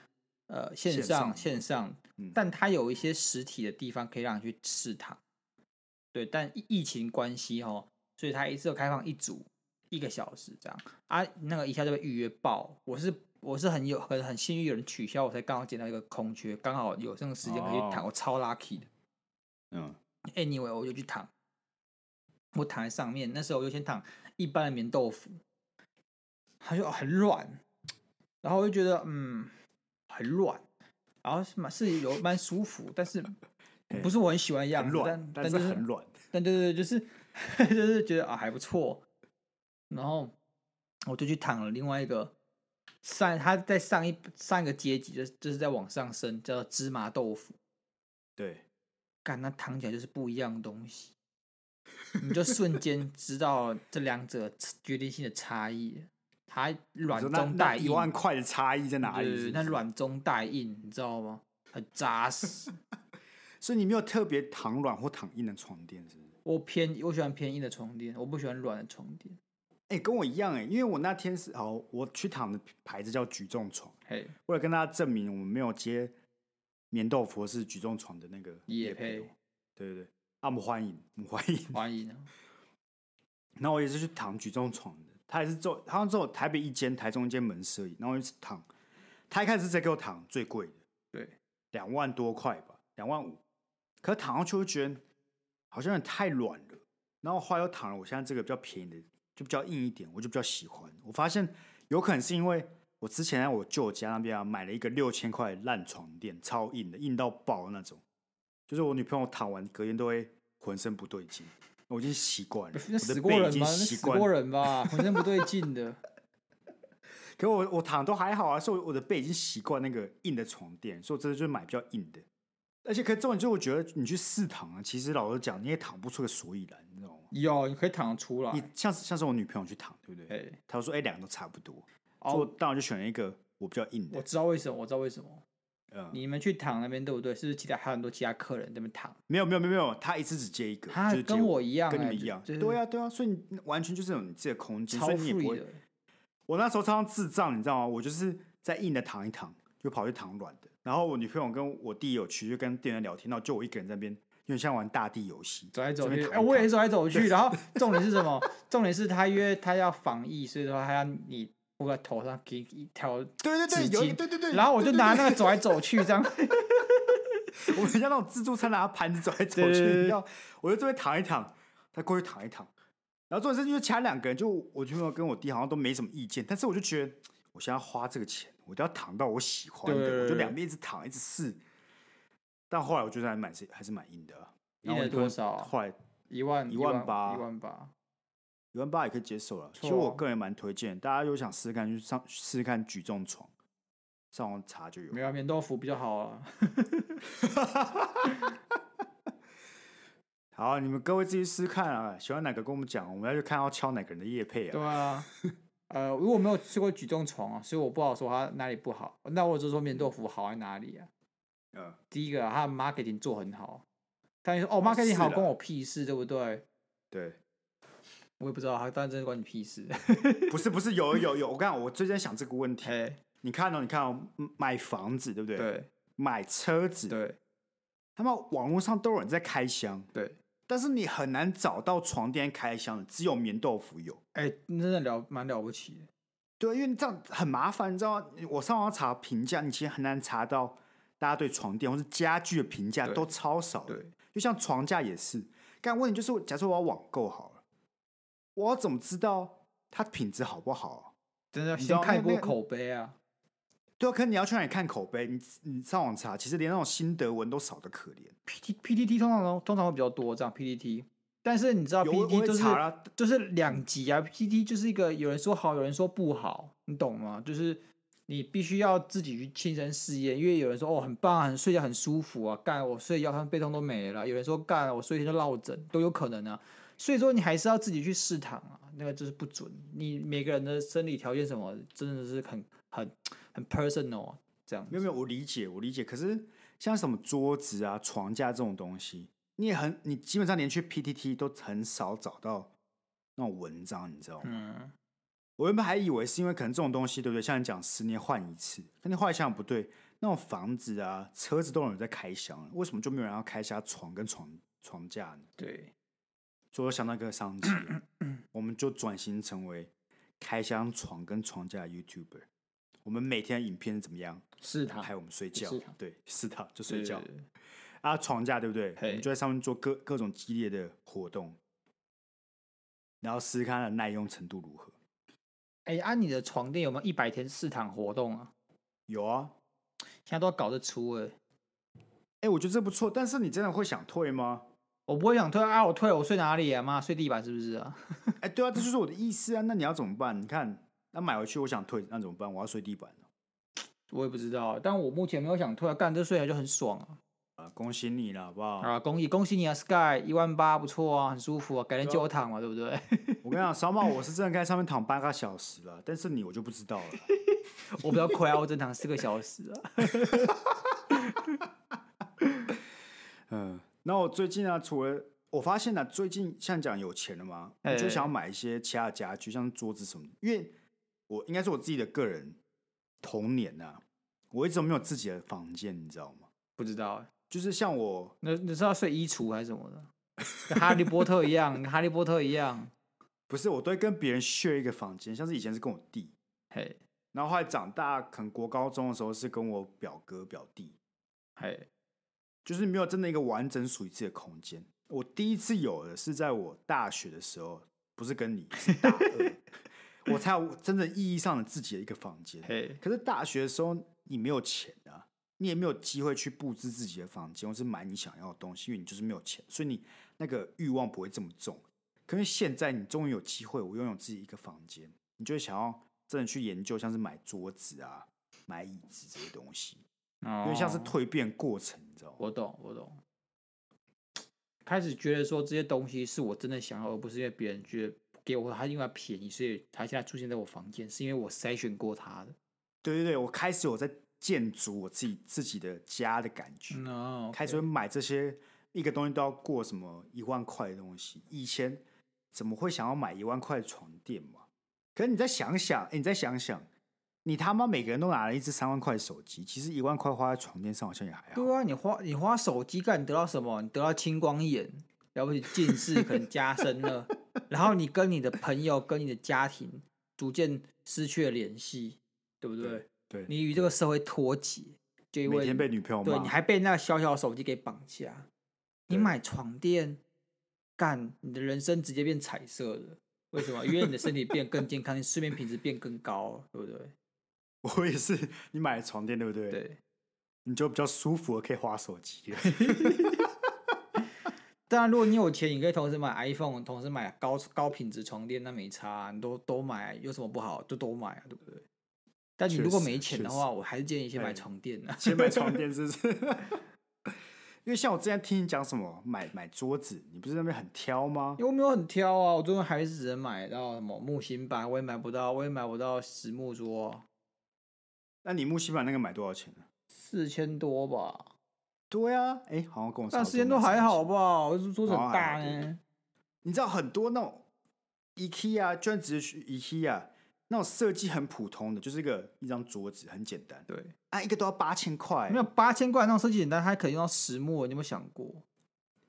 [SPEAKER 2] 呃线
[SPEAKER 1] 线
[SPEAKER 2] 上
[SPEAKER 1] 上
[SPEAKER 2] 线上
[SPEAKER 1] 嗯，
[SPEAKER 2] 但它有一些实体的地方可以让你去试躺。对，但疫疫情关系哦，所以它一次有开放一组一个小时这样啊，那个一下就被预约爆。我是我是很有很很幸运有人取消，我才刚好捡到一个空缺，刚好有这个时间可以去躺，
[SPEAKER 1] 哦
[SPEAKER 2] 我超 lucky 的。
[SPEAKER 1] 嗯，
[SPEAKER 2] anyway，我就去躺，我躺在上面，那时候我就先躺一般的棉豆腐，它就很软，然后我就觉得嗯很软，然后是蛮是有蛮舒服，但是
[SPEAKER 1] 嘿
[SPEAKER 2] 不是我很喜欢的样
[SPEAKER 1] 很
[SPEAKER 2] 子，
[SPEAKER 1] 软
[SPEAKER 2] 但，
[SPEAKER 1] 但
[SPEAKER 2] 就是是
[SPEAKER 1] 很软。
[SPEAKER 2] 但对对对，就是 就是觉得啊还不错，然后我就去躺了另外一个上，它在上一上一个阶级，就是就是在往上升，叫做芝麻豆腐。
[SPEAKER 1] 对，
[SPEAKER 2] 干那躺起来就是不一样的东西，你就瞬间知道这两者决定性的差异，它
[SPEAKER 1] 哦你
[SPEAKER 2] 软
[SPEAKER 1] 说那
[SPEAKER 2] 中
[SPEAKER 1] 那
[SPEAKER 2] 带
[SPEAKER 1] 一
[SPEAKER 2] 硬，
[SPEAKER 1] 万块的差异在哪
[SPEAKER 2] 对
[SPEAKER 1] 里
[SPEAKER 2] 对
[SPEAKER 1] 是
[SPEAKER 2] 对，
[SPEAKER 1] 不
[SPEAKER 2] 那
[SPEAKER 1] 是
[SPEAKER 2] 软中带硬，你知道吗？很扎实。
[SPEAKER 1] 所以你没有特别躺软或躺硬的床垫，是不是？
[SPEAKER 2] 我偏我喜欢偏硬的床垫，我不喜欢软的床垫。
[SPEAKER 1] 哎、跟我一样哎、因为我那天是哦，我去躺的牌子叫举重床，
[SPEAKER 2] 嘿，
[SPEAKER 1] 为了跟大家证明我们没有接棉豆腐或是举重床的那个
[SPEAKER 2] 业
[SPEAKER 1] 业配
[SPEAKER 2] 配
[SPEAKER 1] 哦，对对对，啊，我们欢迎，我们欢迎。
[SPEAKER 2] 欢迎啊！
[SPEAKER 1] 然后我也是去躺举重床的，他也是做，好像只有台北一间、台中一间门市而已。然后我就去躺，他一开始是在给我躺最贵的，
[SPEAKER 2] 对，
[SPEAKER 1] 两万多块吧，两万五。可躺上去会觉得好像有点太软了，然后后来又躺了我现在这个比较便宜的，就比较硬一点，我就比较喜欢。我发现有可能是因为我之前在我舅家那边啊买了一个六千块的烂床垫，超硬的，硬到爆的那种，就是我女朋友躺完隔天都会浑身不对劲。我已经习惯了，
[SPEAKER 2] 那
[SPEAKER 1] 我
[SPEAKER 2] 死
[SPEAKER 1] 的
[SPEAKER 2] 过
[SPEAKER 1] 背已
[SPEAKER 2] 人
[SPEAKER 1] 经
[SPEAKER 2] 吧，那
[SPEAKER 1] 习
[SPEAKER 2] 死
[SPEAKER 1] 惯
[SPEAKER 2] 过
[SPEAKER 1] 了。
[SPEAKER 2] 人吧，浑身不对劲的。
[SPEAKER 1] 可我我躺都还好啊，是我我的背已经习惯那个硬的床垫，所以我真的就是买比较硬的。而且可以重点就是，我觉得你去试躺啊，其实老实讲，你也躺不出个所以然，你知道吗？
[SPEAKER 2] 有，你可以躺得出来。
[SPEAKER 1] 你像是像是我女朋友去躺，对不对？
[SPEAKER 2] 啊哎，
[SPEAKER 1] 她说哎，两、个都差不多，所以我
[SPEAKER 2] 哦，
[SPEAKER 1] 当然就选了一个我比较硬
[SPEAKER 2] 我
[SPEAKER 1] 的。
[SPEAKER 2] 知道为什么，我知道为什么。
[SPEAKER 1] 嗯，
[SPEAKER 2] 你们去躺那边对不对？是不是其他还有很多其他客人在那边躺？
[SPEAKER 1] 没有没有没有没有，她一次只接一个，
[SPEAKER 2] 他
[SPEAKER 1] 就是接
[SPEAKER 2] 跟我一样、欸，
[SPEAKER 1] 跟你们一样，
[SPEAKER 2] 就
[SPEAKER 1] 对，啊对啊，所以你完全就是有你自己的空
[SPEAKER 2] 就
[SPEAKER 1] 间，
[SPEAKER 2] 是超
[SPEAKER 1] 所以你也不
[SPEAKER 2] free
[SPEAKER 1] 会
[SPEAKER 2] 的。
[SPEAKER 1] 我那时候超像智障，你知道吗？我就是在硬的躺一躺，就跑去躺软的。然后我女朋友跟我弟有去，就跟店员聊天，那就我一个人在那边，有点像玩大地游戏，
[SPEAKER 2] 走来走
[SPEAKER 1] 这边
[SPEAKER 2] 去，
[SPEAKER 1] 躺
[SPEAKER 2] 哎、
[SPEAKER 1] 一
[SPEAKER 2] 我也
[SPEAKER 1] 躺
[SPEAKER 2] 是走来 走去。然后重点是什么？重点是他因为他要防疫，所以说他要你铺在头上给一条，
[SPEAKER 1] 对对对，
[SPEAKER 2] 纸
[SPEAKER 1] 有一
[SPEAKER 2] 巾
[SPEAKER 1] 对对对，
[SPEAKER 2] 然后我
[SPEAKER 1] 对
[SPEAKER 2] 就
[SPEAKER 1] 对
[SPEAKER 2] 拿
[SPEAKER 1] 对
[SPEAKER 2] 那个走来走去 这样。
[SPEAKER 1] 我们像那种自助餐拿盘子走来走
[SPEAKER 2] 对
[SPEAKER 1] 去，
[SPEAKER 2] 对对
[SPEAKER 1] 你知道，我就这边躺一躺，他过去躺一躺，然后重点是因为其他两个人就我女朋友跟我弟好像都没什么意见，但是我就觉得我现在要花这个钱，我就要躺到我喜欢的，
[SPEAKER 2] 对对对
[SPEAKER 1] 我就
[SPEAKER 2] 对
[SPEAKER 1] 两边一直躺一直试，但后来我觉得还蛮是还是蛮硬的啊，然后
[SPEAKER 2] 一
[SPEAKER 1] 我
[SPEAKER 2] 人
[SPEAKER 1] 女朋友
[SPEAKER 2] 多少啊？
[SPEAKER 1] 后来
[SPEAKER 2] 一万
[SPEAKER 1] 一万
[SPEAKER 2] 万
[SPEAKER 1] 八
[SPEAKER 2] 一万八。
[SPEAKER 1] 一万八也可以接受了，其实
[SPEAKER 2] 错
[SPEAKER 1] 我
[SPEAKER 2] 啊
[SPEAKER 1] 个人蛮推荐，大家有想试试看就上试试看举重床，上网查就有
[SPEAKER 2] 没。有啊棉豆腐比较好啊。
[SPEAKER 1] 好，你们各位自己试试看啊，喜欢哪个跟我们讲，我们要去看要敲哪个人的叶配啊。
[SPEAKER 2] 对啊， 呃，如果没有吃过举重床啊，所以我不好说它哪里不好。那我就说棉豆腐好在哪里啊？
[SPEAKER 1] 嗯，
[SPEAKER 2] 第一个、啊，它的 marketing 做很好。但你说哦，marketing
[SPEAKER 1] 是
[SPEAKER 2] 好
[SPEAKER 1] 啦
[SPEAKER 2] 关我屁事，对不对？
[SPEAKER 1] 对。
[SPEAKER 2] 我也不知道，它但真的关你 屁事。
[SPEAKER 1] 不是不是，有有有，我刚我最近在想这个问题。
[SPEAKER 2] 嘿，
[SPEAKER 1] 你看哦，你看哦，嗯买房子对不对？，
[SPEAKER 2] 哎对
[SPEAKER 1] 买车子，
[SPEAKER 2] 对
[SPEAKER 1] 他们网络上都有人在开箱，
[SPEAKER 2] 对，
[SPEAKER 1] 但是你很难找到床垫开箱的，只有棉豆腐有。
[SPEAKER 2] 哎、真的了蛮了不起的。
[SPEAKER 1] 对，因为这样很麻烦，你知道吗？我上网查评价，你其实很难查到大家对床垫或是家具的评价
[SPEAKER 2] 对
[SPEAKER 1] 都超少的。
[SPEAKER 2] 对，
[SPEAKER 1] 就像床架也是。但问题就是，假设我要网购好了，我要怎么知道它品质好不好啊、
[SPEAKER 2] 真的要
[SPEAKER 1] 你知
[SPEAKER 2] 先
[SPEAKER 1] 道那
[SPEAKER 2] 看过
[SPEAKER 1] 那
[SPEAKER 2] 口碑啊。
[SPEAKER 1] 对啊，可你要去哪里看口碑？你你上网查，其实连那种心得文都少的可怜。
[SPEAKER 2] P T P T T 通常都通常会比较多这样 P T T，但是你知道
[SPEAKER 1] 有
[SPEAKER 2] 啊 P
[SPEAKER 1] 我
[SPEAKER 2] T
[SPEAKER 1] 我
[SPEAKER 2] T
[SPEAKER 1] 也
[SPEAKER 2] 就是
[SPEAKER 1] 查了，
[SPEAKER 2] 就是两极啊，P T T 就是一个有人说好，有人说不好，你懂吗？就是你必须要自己去亲身试验，因为有人说哦很棒啊，很睡觉很舒服啊，干我睡觉他背痛都没了，有人说干我睡一天就落枕都有可能啊，所以说你还是要自己去试躺啊，那个就是不准，你每个人的生理条件什么真的是很很很 personal 啊，这样
[SPEAKER 1] 没有没有，我理解我理解。可是像什么桌子啊、床架这种东西，你也很你基本上连去 PTT 都很少找到那种文章，你知道吗？
[SPEAKER 2] 嗯
[SPEAKER 1] 我原本还以为是因为可能这种东西，对不对？像你讲十年换一次，但你后来想想不对，那种房子啊、车子都有人在开箱了，为什么就没有人要开箱床跟床床架呢？
[SPEAKER 2] 对
[SPEAKER 1] 所以我想到一个商机啊，我们就转型成为开箱床跟床架的 YouTuber。我们每天的影片是怎么样？
[SPEAKER 2] 试躺
[SPEAKER 1] 拍我们睡觉
[SPEAKER 2] 试躺，
[SPEAKER 1] 对，是的，就睡觉
[SPEAKER 2] 对对
[SPEAKER 1] 啊，床架对不对？我
[SPEAKER 2] 嘿
[SPEAKER 1] 们就在上面做各各种激烈的活动，然后试试看它的耐用程度如何。
[SPEAKER 2] 哎、按、你的床垫有没有一百天试躺活动啊？
[SPEAKER 1] 有啊，
[SPEAKER 2] 现在都要搞得出哎、
[SPEAKER 1] 哎，我觉得这不错，但是你真的会想退吗？
[SPEAKER 2] 我不会想退啊，我退了我睡哪里啊？妈，睡地板是不是啊？
[SPEAKER 1] 哎，对啊，这就是我的意思啊。那你要怎么办？你看，那买回去我想退，那怎么办？我要睡地板了
[SPEAKER 2] 我也不知道，但我目前没有想退啊，干这睡起来就很爽啊！
[SPEAKER 1] 啊！恭喜你了，好不好？
[SPEAKER 2] 啊，恭喜恭喜你啊，Sky 一万八不错啊，很舒服啊，改天
[SPEAKER 1] 对啊
[SPEAKER 2] 借我躺嘛，对不对？
[SPEAKER 1] 我跟你讲，小马，我是真的该上面躺八个小时了，但是你我就不知道了。
[SPEAKER 2] 我比较亏啊，我只躺四个小时啊。
[SPEAKER 1] 嗯，那我最近啊，除了我发现呢、啊最近像讲有钱了嘛，我就
[SPEAKER 2] 哎
[SPEAKER 1] 想要买一些其他的家具，像是桌子什么的，因为我应该是我自己的个人童年呐、啊，我一直都没有自己的房间，你知道吗？
[SPEAKER 2] 不知道、欸，
[SPEAKER 1] 就是像我
[SPEAKER 2] 那你是要睡衣橱还是什么的？跟哈利波特一样，跟哈利波特一样，
[SPEAKER 1] 不是我都会跟别人 share 一个房间，像是以前是跟我弟，
[SPEAKER 2] 嘿
[SPEAKER 1] 然后后来长大，可能国高中的时候是跟我表哥表弟，
[SPEAKER 2] 嘿，
[SPEAKER 1] 就是没有真的一个完整属于自己的空间。我第一次有的是在我大学的时候，不是跟你，是大二，我才有真正意义上的自己的一个房间。
[SPEAKER 2] 嘿，
[SPEAKER 1] 可是大学的时候，你没有钱啊，你也没有机会去布置自己的房间，或是买你想要的东西，因为你就是没有钱，所以你那个欲望不会这么重。可是现在你终于有机会，我拥有自己一个房间，你就会想要真的去研究，像是买桌子啊、买椅子这些东西。
[SPEAKER 2] 因
[SPEAKER 1] 因为像是蜕变过程，你知道吗？
[SPEAKER 2] 我懂，我懂。开始觉得说这些东西是我真的想要，而不是因为别人觉得给我他因为它便宜，所以他现在出现在我房间，是因为我筛选过他的。
[SPEAKER 1] 对对对，我开始有在建筑我自己自己的家的感觉，
[SPEAKER 2] 哦
[SPEAKER 1] 开始会买这些一个东西都要过什么一万块的东西。以前怎么会想要买一万块的床垫嘛？可是你再想想，哎，你再想想，你他妈每个人都拿了一只三万块的手机，其实一万块花在床垫上好像也还好。
[SPEAKER 2] 对啊，你花你花手机干，你得到什么？你得到青光眼，了不起近视可能加深了，然后你跟你的朋友、跟你的家庭逐渐失去了联系，对不对？
[SPEAKER 1] 对，
[SPEAKER 2] 你与这个社会脱节，就因
[SPEAKER 1] 每
[SPEAKER 2] 为
[SPEAKER 1] 天
[SPEAKER 2] 你
[SPEAKER 1] 被女朋友
[SPEAKER 2] 对，
[SPEAKER 1] 骂，
[SPEAKER 2] 你还被那个小小的手机给绑架。
[SPEAKER 1] 对
[SPEAKER 2] 你买床垫，干，你的人生直接变彩色的。为什么？因为你的身体变更健康，你睡眠品质变更高了，对不对？
[SPEAKER 1] 我也是，你买了床垫对不对？，
[SPEAKER 2] 对。
[SPEAKER 1] 你就比较舒服了，可以划手 机了。
[SPEAKER 2] 当然，如果你有钱，你可以同时买 iPhone，同时买高高品质床垫，那没差啊、你都都买，有什么不好？就都买啊，对不对？但你
[SPEAKER 1] 确
[SPEAKER 2] 如果
[SPEAKER 1] 实
[SPEAKER 2] 没钱
[SPEAKER 1] 确
[SPEAKER 2] 的
[SPEAKER 1] 实
[SPEAKER 2] 话，我还是建议你先买
[SPEAKER 1] 哎
[SPEAKER 2] 床垫啊。
[SPEAKER 1] 先买床垫是不是？ 因为像我之前听你讲什么买买桌子，你不是那边很挑吗？
[SPEAKER 2] 因为我没有很挑啊，我最后还是只能买到什么木芯板，我也买不到，我也买不到实木桌啊，
[SPEAKER 1] 那你木西板那个买多少钱呢？
[SPEAKER 2] 四千多吧。
[SPEAKER 1] 对啊，哎、好像跟我差
[SPEAKER 2] 但
[SPEAKER 1] 不多。
[SPEAKER 2] 时间都还好？吧，我是桌子
[SPEAKER 1] 好
[SPEAKER 2] 很
[SPEAKER 1] 啊
[SPEAKER 2] 大
[SPEAKER 1] 还好对
[SPEAKER 2] 呢。
[SPEAKER 1] 你知道很多那种 IKEA，居然只是去 IKEA 啊那种设计很普通的，就是一个一张桌子，很简单，
[SPEAKER 2] 对，
[SPEAKER 1] 啊，一个都要八千块。
[SPEAKER 2] 没有，八千块那种设计简单，它可以用到实木，你有没有想过？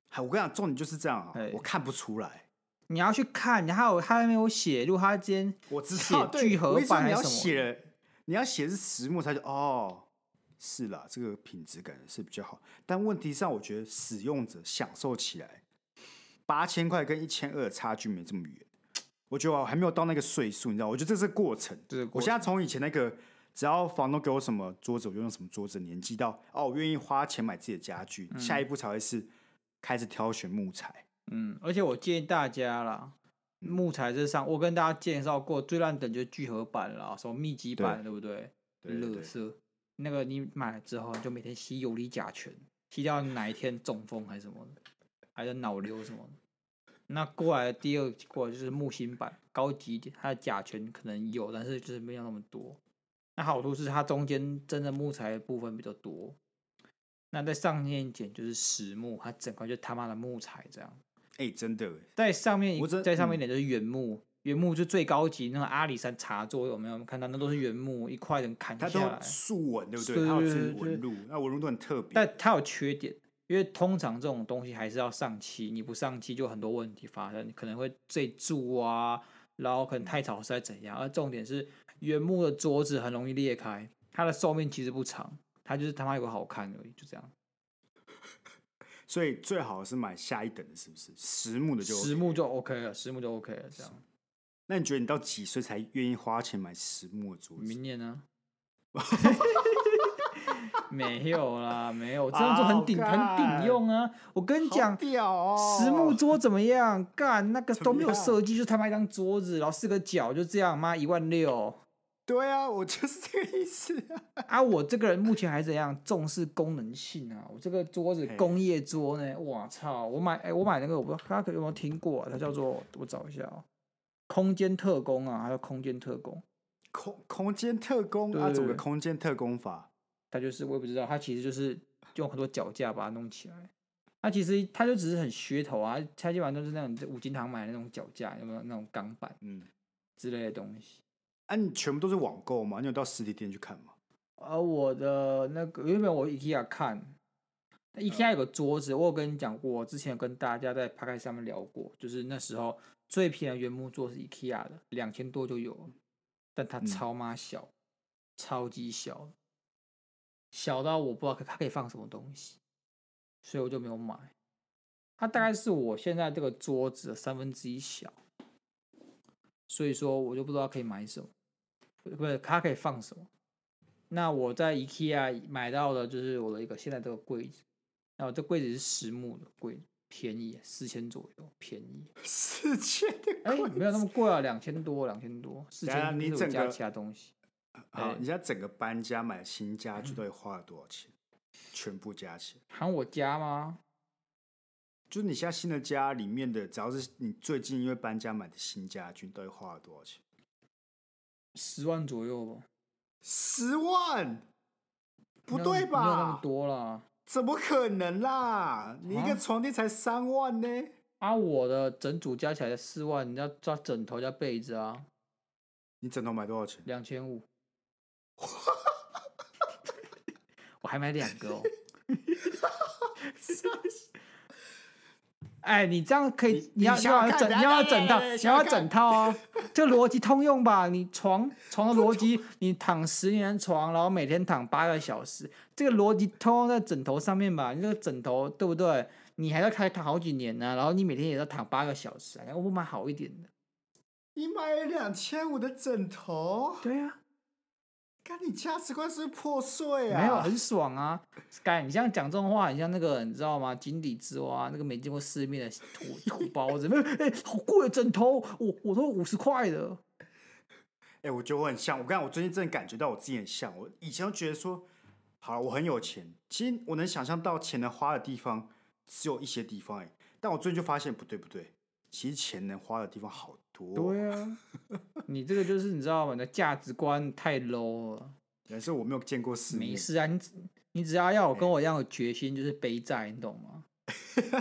[SPEAKER 1] 还我跟你讲，重点就是这样啊、
[SPEAKER 2] 哎
[SPEAKER 1] 我看不出来。
[SPEAKER 2] 你要去看，你还有它还没有写入它今天
[SPEAKER 1] 我知
[SPEAKER 2] 写
[SPEAKER 1] 道，对
[SPEAKER 2] 聚合
[SPEAKER 1] 我一说
[SPEAKER 2] 版
[SPEAKER 1] 你
[SPEAKER 2] 还
[SPEAKER 1] 要
[SPEAKER 2] 是什么？
[SPEAKER 1] 写，你要写是实木，他就哦，是啦，这个品质感是比较好。但问题上，我觉得使用者享受起来，八千块跟一千二差距没这么远。我觉得我还没有到那个岁数，你知道，我觉得这是过程。
[SPEAKER 2] 这是过
[SPEAKER 1] 我现在从以前那个只要房东给我什么桌子，我就用什么桌子，年纪到哦，我愿意花钱买自己的家具，下一步才会是开始挑选木材。
[SPEAKER 2] 嗯，而且我建议大家啦，木材这上我跟大家介绍过，最烂等就是聚合板啦，什么密集
[SPEAKER 1] 对
[SPEAKER 2] 板，对不对？
[SPEAKER 1] 对对
[SPEAKER 2] 乐
[SPEAKER 1] 对
[SPEAKER 2] 色，那个你买了之后，你就每天吸游离甲醛，吸到你哪一天中风还是什么的，还是脑瘤什么的。那过来的第二过来就是木芯板，高级一点，它的甲醛可能有，但是就是没有那么多。那好处是它中间真的木材的部分比较多。那在上面一点就是实木，它整块就他妈的木材这样。
[SPEAKER 1] 哎、真的，
[SPEAKER 2] 在上面一
[SPEAKER 1] 我真嗯
[SPEAKER 2] 在上面一点就是原木，原木就最高级那个阿里山茶座有没有？我们看到那都是原木，一块能砍
[SPEAKER 1] 它
[SPEAKER 2] 下
[SPEAKER 1] 都
[SPEAKER 2] 来。
[SPEAKER 1] 竖纹，对不
[SPEAKER 2] 对
[SPEAKER 1] 对？它有
[SPEAKER 2] 对
[SPEAKER 1] 自己
[SPEAKER 2] 对
[SPEAKER 1] 的纹路，那纹路都很特别。
[SPEAKER 2] 但它有缺点，因为通常这种东西还是要上漆，你不上漆就很多问题发生，可能会坠柱啊，然后可
[SPEAKER 1] 嗯
[SPEAKER 2] 能太潮湿怎样。而重点是原木的桌子很容易裂开，它的寿命其实不长，它就是他妈有个好看而已，就这样。
[SPEAKER 1] 所以最好是买下一等的，是不是？实木的就 OK
[SPEAKER 2] 实木。就 OK 了，实木就 OK 了，这样。
[SPEAKER 1] 那你觉得你到几岁才愿意花钱买实木的桌子？
[SPEAKER 2] 明年呢、 没有啦，没有，这样做很顶、很顶用啊！我跟你讲
[SPEAKER 1] 好，屌哦！
[SPEAKER 2] 实木桌怎么样？干那个
[SPEAKER 1] 怎么
[SPEAKER 2] 都没有
[SPEAKER 1] 样
[SPEAKER 2] 设计，就他妈一张桌子，然后四个角，就这样，妈一万六
[SPEAKER 1] 对啊，我就是这个意思、啊。
[SPEAKER 2] 啊！我这个人目前还怎样重视功能性啊？我这个桌子
[SPEAKER 1] 嘿
[SPEAKER 2] 工业桌呢？我操！我买哎、我买那个，我不知道大家有没有听过啊、它叫做我找一下哦、空间特工啊，还有空间特工，
[SPEAKER 1] 空空间特工
[SPEAKER 2] 对
[SPEAKER 1] 啊，
[SPEAKER 2] 对
[SPEAKER 1] 怎么
[SPEAKER 2] 对
[SPEAKER 1] 个空间特工法？
[SPEAKER 2] 它就是我也不知道，它其实就是用很多脚架把它弄起来。它其实它就只是很噱头啊，它基本上都是那种在五金行买的那种脚架，有没有那种钢板
[SPEAKER 1] 嗯，
[SPEAKER 2] 之类的东西。
[SPEAKER 1] 啊，你全部都是网购吗？你有到实体店去看 吗？
[SPEAKER 2] 而我的那个原本我 IKEA 看那，IKEA 有个桌子，我有跟你讲过，我之前有跟大家在 p 开上面聊过，就是那时候最便宜的原木桌是 IKEA 的，两千多就有了，但它
[SPEAKER 1] 嗯
[SPEAKER 2] 超妈小，超级小，小到我不知道它可以放什么东西，所以我就没有买。它大概是我现在这个桌子的三分之一小，所以说我就不知道可以买什么，不是它可以放什么。那我在 IKEA 买到的就是我的一个现在这个柜子，那我这柜子是实木的柜子，便宜四千左右，便宜，
[SPEAKER 1] 世界的
[SPEAKER 2] 哎、
[SPEAKER 1] 贵
[SPEAKER 2] 没有那么贵啊，两千多，两千多，四
[SPEAKER 1] 等一下
[SPEAKER 2] 千
[SPEAKER 1] 你整
[SPEAKER 2] 加
[SPEAKER 1] 个
[SPEAKER 2] 其他东西，
[SPEAKER 1] 好，
[SPEAKER 2] 对
[SPEAKER 1] 你现在整个搬家买新家
[SPEAKER 2] 嗯
[SPEAKER 1] 具到底花了多少钱？全部加起来，
[SPEAKER 2] 喊我家吗？
[SPEAKER 1] 就是你现在新的家里面的，只要是你最近因为搬家买的新家具，到底花了多少钱？
[SPEAKER 2] 十万左右吧？
[SPEAKER 1] 十万？不
[SPEAKER 2] 没有
[SPEAKER 1] 对
[SPEAKER 2] 没有那么
[SPEAKER 1] 吧？
[SPEAKER 2] 多啦。
[SPEAKER 1] 怎么可能啦？你一个
[SPEAKER 2] 啊
[SPEAKER 1] 床垫才三万呢？
[SPEAKER 2] 啊，我的整组加起来四万，你要加枕头加被子啊，
[SPEAKER 1] 你枕头买多少 钱？
[SPEAKER 2] 两千五。我还买两个哦。哎，你这样可以，
[SPEAKER 1] 你
[SPEAKER 2] 你要
[SPEAKER 1] 你
[SPEAKER 2] 你
[SPEAKER 1] 想想
[SPEAKER 2] 要
[SPEAKER 1] 看
[SPEAKER 2] 整
[SPEAKER 1] 等
[SPEAKER 2] 你
[SPEAKER 1] 下
[SPEAKER 2] 要
[SPEAKER 1] 等下等下想想
[SPEAKER 2] 整套，你要
[SPEAKER 1] 看
[SPEAKER 2] 整套啊！这逻辑通用吧？你床床的逻 辑，你躺十年床，然后每天躺八个小时，这个逻辑通用在枕头上面吧？你这个枕头对不对？你还要开躺好几年呢、然后你每天也要躺八个小时、啊，我不买好一点的？
[SPEAKER 1] 你买了两千五的枕头，
[SPEAKER 2] 对呀、
[SPEAKER 1] 看你价值观是不是破碎啊！
[SPEAKER 2] 没有很爽啊！Sky，你这样讲这种话，很像那个你知道吗？井底之蛙，那个没见过世面的土土包子，没有哎、好贵的枕头，我我都五十块的。
[SPEAKER 1] 哎、我觉得我很像。我刚才我最近真的感觉到我自己很像。我以前都觉得说，好了，我很有钱。其实我能想象到钱能花的地方只有一些地方哎、但我最近就发现不对不对，其实钱能花的地方好多。哦
[SPEAKER 2] 对啊， 你这个就是你知道吗？你的价值观太 low 了。
[SPEAKER 1] 人生我没有见过世面
[SPEAKER 2] 没。事啊，你只你只要要
[SPEAKER 1] 哎
[SPEAKER 2] 有跟我一样有决心，就是背债，你懂吗？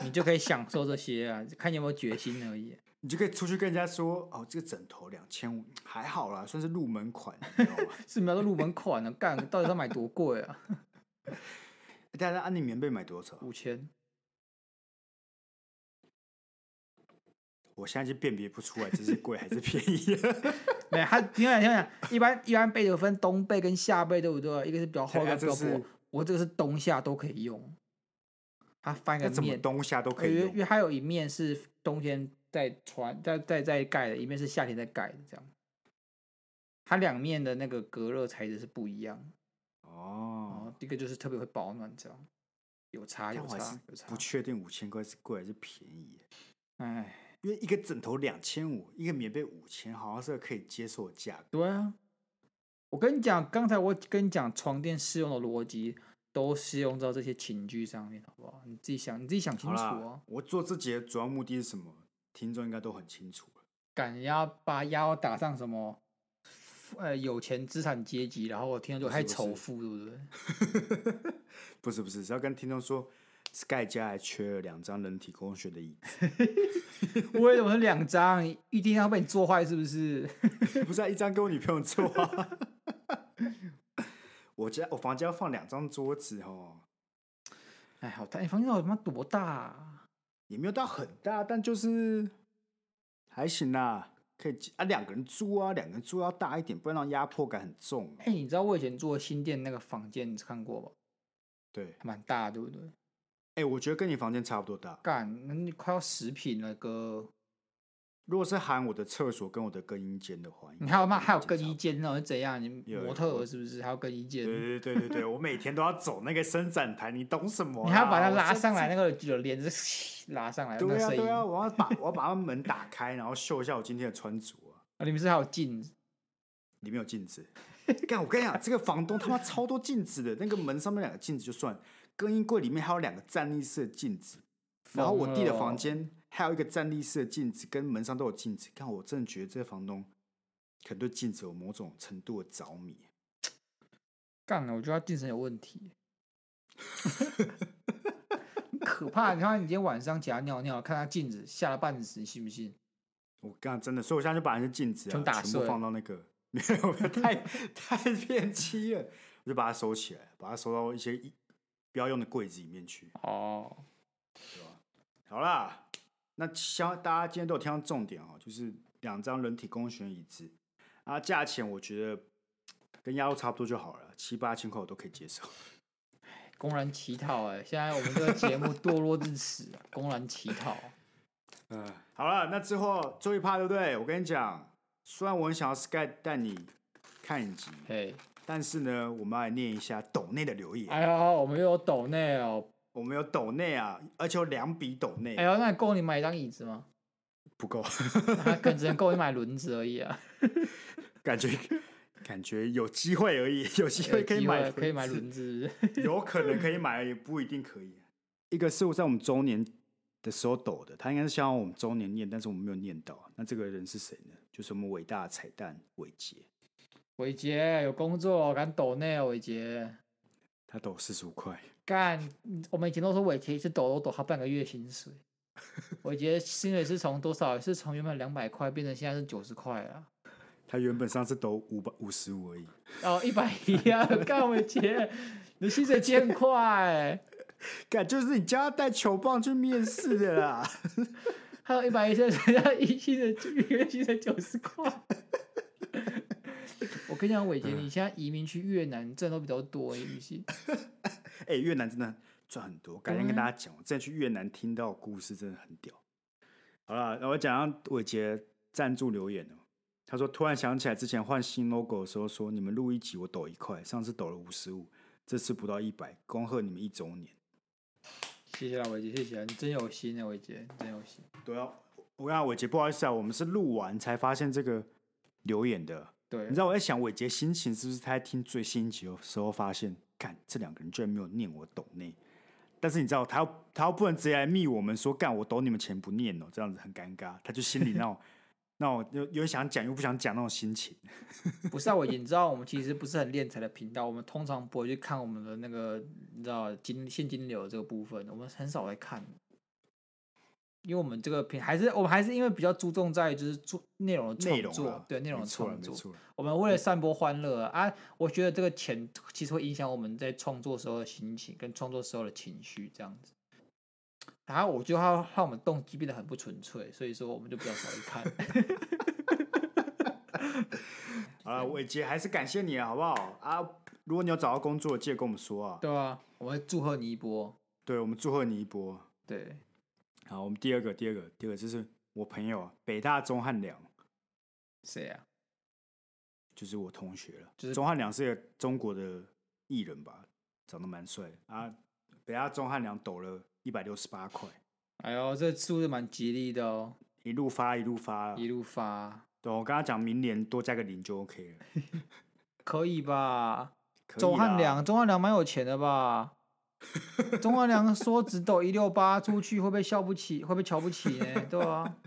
[SPEAKER 2] 你就可以享受这些啊，看你有没有决心而已。
[SPEAKER 1] 你就可以出去跟人家说，哦，这个枕头两千五，还好啦，算是入门款，你知道吗？
[SPEAKER 2] 是瞄到入门款了，干到底要买多贵啊？
[SPEAKER 1] 大家安妮啊棉被买多少？
[SPEAKER 2] 五千。
[SPEAKER 1] 我现在就辨别不出来这是贵还是便宜 了。
[SPEAKER 2] 没有，他听我讲，听我讲，一般一般被子有分冬被跟夏被，对不对？一个是比较厚，一
[SPEAKER 1] 对啊
[SPEAKER 2] 个比较
[SPEAKER 1] 这是
[SPEAKER 2] 薄。我这个是冬夏都可以用，它翻个
[SPEAKER 1] 那怎么
[SPEAKER 2] 面，
[SPEAKER 1] 冬夏都可以
[SPEAKER 2] 呃因为因
[SPEAKER 1] 用
[SPEAKER 2] 为它有一面是冬天在穿在在在盖的，一面是夏天在盖的，这样。它两面的那个隔热材质是不一样的，
[SPEAKER 1] 哦。
[SPEAKER 2] 哦，一个就是特别会保暖，这样有差有
[SPEAKER 1] 但我还是
[SPEAKER 2] 差有差
[SPEAKER 1] 不。确定五千块是贵还是便宜耶，
[SPEAKER 2] 哎，
[SPEAKER 1] 因为一个枕头两千五，一个棉被五千，好像是个可以接受的价格。
[SPEAKER 2] 对啊，我跟你讲，刚才我跟你讲床垫适用的逻辑，都适用到这些寝具上面，好不好？你自己想，你自己想清
[SPEAKER 1] 好
[SPEAKER 2] 楚
[SPEAKER 1] 啦
[SPEAKER 2] 哦。，
[SPEAKER 1] 我做这节的主要目的是什么？听众应该都很清楚了。
[SPEAKER 2] 敢要把腰打上什么？呃，有钱资产阶级，然后我听到就
[SPEAKER 1] 不是
[SPEAKER 2] 开始
[SPEAKER 1] 不
[SPEAKER 2] 仇
[SPEAKER 1] 是
[SPEAKER 2] 富，对不对？
[SPEAKER 1] 不是不是，是要跟听众说，Sky 家还缺了两张人体工学的椅子，
[SPEAKER 2] 为什么是两张？一定要被你做坏是不是？
[SPEAKER 1] 不是、啊、一张给我女朋友做啊。 我家我房间要放两张桌子哦，
[SPEAKER 2] 哎，好大！你房间到底他妈多大、啊？
[SPEAKER 1] 也没有到很大，但就是还行啦，可以啊两个人住啊，两个人住要大一点，不然让压迫感很重。啊
[SPEAKER 2] 哎、你知道我以前住的新店那个房间，你看过吧？
[SPEAKER 1] 对，
[SPEAKER 2] 还蛮大的，对不对？
[SPEAKER 1] 哎、我觉得跟你房间差不多大。
[SPEAKER 2] 干，那你快要十平了哥。
[SPEAKER 1] 如果是含我的厕所跟我的更衣间的话，应
[SPEAKER 2] 你
[SPEAKER 1] 该
[SPEAKER 2] 还有
[SPEAKER 1] 跟
[SPEAKER 2] 嘛？还有
[SPEAKER 1] 房间
[SPEAKER 2] 更
[SPEAKER 1] 差
[SPEAKER 2] 衣
[SPEAKER 1] 不多？
[SPEAKER 2] 间那是怎样？你
[SPEAKER 1] 有
[SPEAKER 2] 模
[SPEAKER 1] 有
[SPEAKER 2] 特
[SPEAKER 1] 我
[SPEAKER 2] 儿是不是还有更衣间？
[SPEAKER 1] 对对对对对，我每天都要走那个伸展台，你懂什么啦？啊
[SPEAKER 2] 你还要把它
[SPEAKER 1] 我
[SPEAKER 2] 拉
[SPEAKER 1] 甚
[SPEAKER 2] 上来，
[SPEAKER 1] 至
[SPEAKER 2] 那。个有帘子 拉上来，那
[SPEAKER 1] 对
[SPEAKER 2] 个
[SPEAKER 1] 啊
[SPEAKER 2] 声音
[SPEAKER 1] 对啊，。我要把我要把门打开，然后秀一下我今天的穿着啊。
[SPEAKER 2] 啊你们是还有镜子？
[SPEAKER 1] 里面有镜 子，干我跟你讲，这个房东他妈超多镜子的，那个门上面两个镜子就算，更衣柜里面还有两个站立式的镜子，然后我弟的
[SPEAKER 2] 疯了
[SPEAKER 1] 房间还有一个站立式的镜子，跟门上都有镜子。看，我真的觉得这个房东可能对镜子有某种程度的着迷。
[SPEAKER 2] 干了，我觉得他精神有问 题。很可怕！你看你今天晚上起来尿尿，看他镜子，吓了半死，你信不信？
[SPEAKER 1] 我刚刚真的，所以我现在就把那些镜子啊
[SPEAKER 2] 全打
[SPEAKER 1] 全部
[SPEAKER 2] 碎
[SPEAKER 1] 放到那个没有没有太太偏激了，我就把它收起来，把它收到一些一不要用的柜子里面去。
[SPEAKER 2] 哦，
[SPEAKER 1] 好啦，那相大家今天都有听到重点哦，就是两张人体工学椅子啊，价钱我觉得跟鸭肉差不多就好了，七八千块我都可以接 受。
[SPEAKER 2] 公然乞讨哎、现在我们这个节目堕落至此，公然乞讨。
[SPEAKER 1] 嗯，好了，那之后最后一趴对不对？我跟你讲，虽然我很想要 Sky 带你看影集，
[SPEAKER 2] 嘿，
[SPEAKER 1] 但是呢，我们要来念一下抖内的留言。
[SPEAKER 2] 哎呦，我们又有抖内哦。
[SPEAKER 1] 我们有抖内啊，而且有两笔抖内，
[SPEAKER 2] 哎呦，那够你买一张椅子吗？
[SPEAKER 1] 不够，
[SPEAKER 2] 那可能只能够你买轮子而已啊。
[SPEAKER 1] 感觉感觉有机会而 已，有机会可以
[SPEAKER 2] 有机
[SPEAKER 1] 买
[SPEAKER 2] 会 可以买
[SPEAKER 1] 轮
[SPEAKER 2] 轮 子，
[SPEAKER 1] 子，有可能可以买，也不一定可以。一个是我在我们周年的时候抖的，他应该是希望我们周年念，但是我们没有念到。那这个人是谁呢？就是我们伟大的彩蛋伟杰，
[SPEAKER 2] 伟杰有工作，敢抖内哦伟杰。
[SPEAKER 1] 他抖四十五块，
[SPEAKER 2] 干，我们以前都说伟杰一次抖都抖他半个月薪 水，伟杰薪水是从多少？是从原本两百块变成现在是九十块啊了，
[SPEAKER 1] 他原本上次抖五百五十五而已，
[SPEAKER 2] 然后一百一 啊！干伟杰，你的薪水减很快、
[SPEAKER 1] 感就是你叫他带球棒去面试的啦。
[SPEAKER 2] 还有一百一现在人家一薪水一个月薪水九十 块。我跟你讲，伟杰，你现在移民去越南挣都比较多，你不信？
[SPEAKER 1] 哎、越南真的赚很多，改天跟大家讲。我之前去越南听到的故事真的很屌。好了，那我讲到伟杰赞助留言哦。他说突然想起来之前换新 logo 的时候说，你们录一集我抖一块，上次抖了五十五，这次不到一百，恭贺你们一周年。
[SPEAKER 2] 谢谢啦，伟杰，谢谢啦，你真有心啊，伟杰，你真有心。
[SPEAKER 1] 对啊，我跟他伟杰不好意思啊，我们是录完才发现这个留言的。
[SPEAKER 2] 对啊
[SPEAKER 1] 你，知道我在想伟杰心情是不是他在听最新一集的时候发现，干这两个人居然没有念我抖内，但是你知道他又他又不能直接来密我们说干我抖你们钱不念哦，这样子很尴尬，他就心里那种 那种有有点想讲又不想讲那种心情。
[SPEAKER 2] 不是啊，我已经知道我们其实不是很练财的频道，我们通常不会去看我们的那个，你知道金现金流这个部分，我们很少来看，因为我们这个频还是我们还是因为比较注重在就是做内容的
[SPEAKER 1] 内
[SPEAKER 2] 创
[SPEAKER 1] 容
[SPEAKER 2] 作
[SPEAKER 1] 啊，
[SPEAKER 2] 对内容
[SPEAKER 1] 没
[SPEAKER 2] 的
[SPEAKER 1] 错了，
[SPEAKER 2] 创
[SPEAKER 1] 没
[SPEAKER 2] 作，
[SPEAKER 1] 错了，
[SPEAKER 2] 我们为了散播欢乐啊，啊我觉得这个钱其实会影响我们在创作时候的心情跟创作时候的情绪这样子。然后我觉得它让我们动机变得很不纯粹，所以说我们就比较少去看。
[SPEAKER 1] 好了，伟杰还是感谢你啊，好不好啊？如果你有找到工作，记得跟我们说啊，
[SPEAKER 2] 对啊，我会祝贺你一波。
[SPEAKER 1] 对我们祝贺你一波。
[SPEAKER 2] 对，
[SPEAKER 1] 好，我们第二个，第二个，第二个就是我朋友啊，北大钟汉良，
[SPEAKER 2] 谁啊？
[SPEAKER 1] 就是我同学了。
[SPEAKER 2] 就是
[SPEAKER 1] 钟汉良是个中国的艺人吧，长得蛮帅的啊。北大钟汉良抖了一百六十八块，
[SPEAKER 2] 哎呦，这数字蛮吉利的哦，
[SPEAKER 1] 一路发一路发
[SPEAKER 2] 一路发，
[SPEAKER 1] 对，我跟他讲，明年多加个零就 OK 了。
[SPEAKER 2] 可以吧？
[SPEAKER 1] 可以
[SPEAKER 2] 钟汉
[SPEAKER 1] 啦
[SPEAKER 2] 良，钟汉良蛮有钱的 吧？钟汉良说只抖一六八出去会被笑不起，会被瞧不起呢？对啊，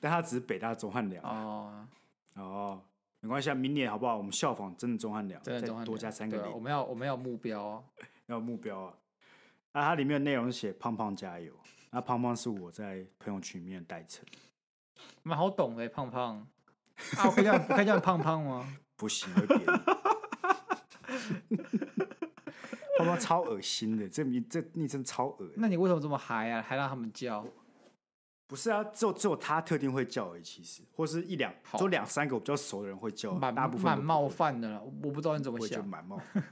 [SPEAKER 1] 但他只是北大钟汉良啊
[SPEAKER 2] 哦，
[SPEAKER 1] 哦，没关系，啊，明年好不好？我们效仿真的钟汉良，
[SPEAKER 2] 真的钟汉
[SPEAKER 1] 再多加
[SPEAKER 2] 良
[SPEAKER 1] 三个
[SPEAKER 2] 对啊
[SPEAKER 1] 零，
[SPEAKER 2] 我们要我们要有目标哦，
[SPEAKER 1] 要有目标啊。那、它里面的内容是写胖胖加油，那胖胖是我在朋友群里面的代称，
[SPEAKER 2] 蛮好懂的，胖胖。 啊，我可以叫你我可以叫你胖胖吗？
[SPEAKER 1] 不行会扁你。胖胖超恶心的，这名这昵称超恶的。
[SPEAKER 2] 那你为什么这么嗨啊？还让他们叫？
[SPEAKER 1] 不是啊，只有只有他特定会叫而已，其实或是一两，
[SPEAKER 2] 好
[SPEAKER 1] 只有两三个我比较熟的人会叫，
[SPEAKER 2] 蛮
[SPEAKER 1] 哦大部分都
[SPEAKER 2] 蛮
[SPEAKER 1] 不会
[SPEAKER 2] 冒，犯的了，我不知道你怎么
[SPEAKER 1] 我也觉得
[SPEAKER 2] 想。
[SPEAKER 1] 蛮冒犯。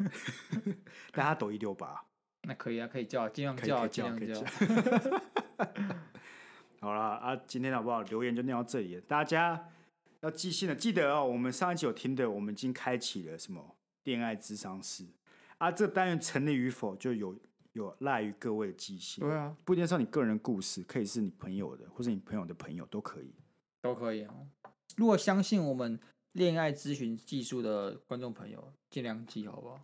[SPEAKER 1] 但他抖一六八，
[SPEAKER 2] 那可以啊，可以叫，尽量
[SPEAKER 1] 可以可
[SPEAKER 2] 叫，
[SPEAKER 1] 以
[SPEAKER 2] 尽
[SPEAKER 1] 叫，
[SPEAKER 2] 量
[SPEAKER 1] 可以
[SPEAKER 2] 叫
[SPEAKER 1] 叫。。 好啦，啊，今天好不好？留言就念到这里了，大家要记性了，记得哦。我们上一集有听的，我们已经开启了什么恋爱智商师啊，这单元成立与否就有有赖于各位的记性。
[SPEAKER 2] 对啊，
[SPEAKER 1] 不一定是你个人的故事，可以是你朋友的，或是你朋友的朋友都可以。
[SPEAKER 2] 都可以哦。如果相信我们恋爱咨询技术的观众朋友，尽量记好不好？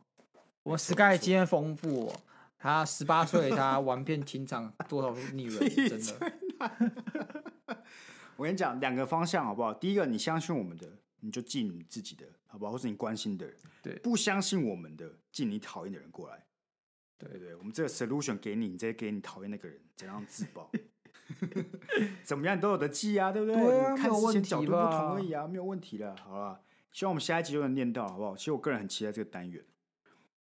[SPEAKER 2] 我们 Sky 经验丰富、哦，他十八岁，他玩遍情场多少 女人，真的。
[SPEAKER 1] 我跟你讲，两个方向好不好？第一个，你相信我们的，你就记你自己的，好不好？或是你关心的人。
[SPEAKER 2] 对
[SPEAKER 1] 不相信我们的，记你讨厌的人过来。
[SPEAKER 2] 对
[SPEAKER 1] 对对，我们这个 solution 给你，你再给你讨厌那个人，怎样自 爆？怎么样你都有的记啊，对不对？
[SPEAKER 2] 对啊
[SPEAKER 1] 你看
[SPEAKER 2] 没有
[SPEAKER 1] 事
[SPEAKER 2] 问
[SPEAKER 1] 情
[SPEAKER 2] 题
[SPEAKER 1] 角度不同
[SPEAKER 2] 吧
[SPEAKER 1] 而已啊，没有问题的，好啦。希望我们下一集就能念到，好不好？其实我个人很期待这个单元，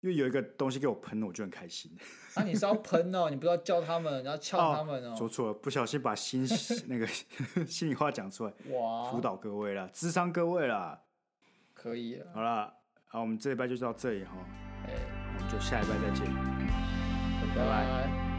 [SPEAKER 1] 因为有一个东西给我喷了，我就很开心。
[SPEAKER 2] 那、你是要喷哦，你不要叫他们，然后撬他们
[SPEAKER 1] 说
[SPEAKER 2] 哦。
[SPEAKER 1] 错了，不小心把心那个心里话讲出来，辅
[SPEAKER 2] 哇，
[SPEAKER 1] 导各位啦，智商各位啦。
[SPEAKER 2] 可以了，
[SPEAKER 1] 好啦，好，我们这一拜就到这里哈，
[SPEAKER 2] 哎、
[SPEAKER 1] 我们就下一拜再见。
[SPEAKER 2] 拜
[SPEAKER 1] 拜
[SPEAKER 2] 拜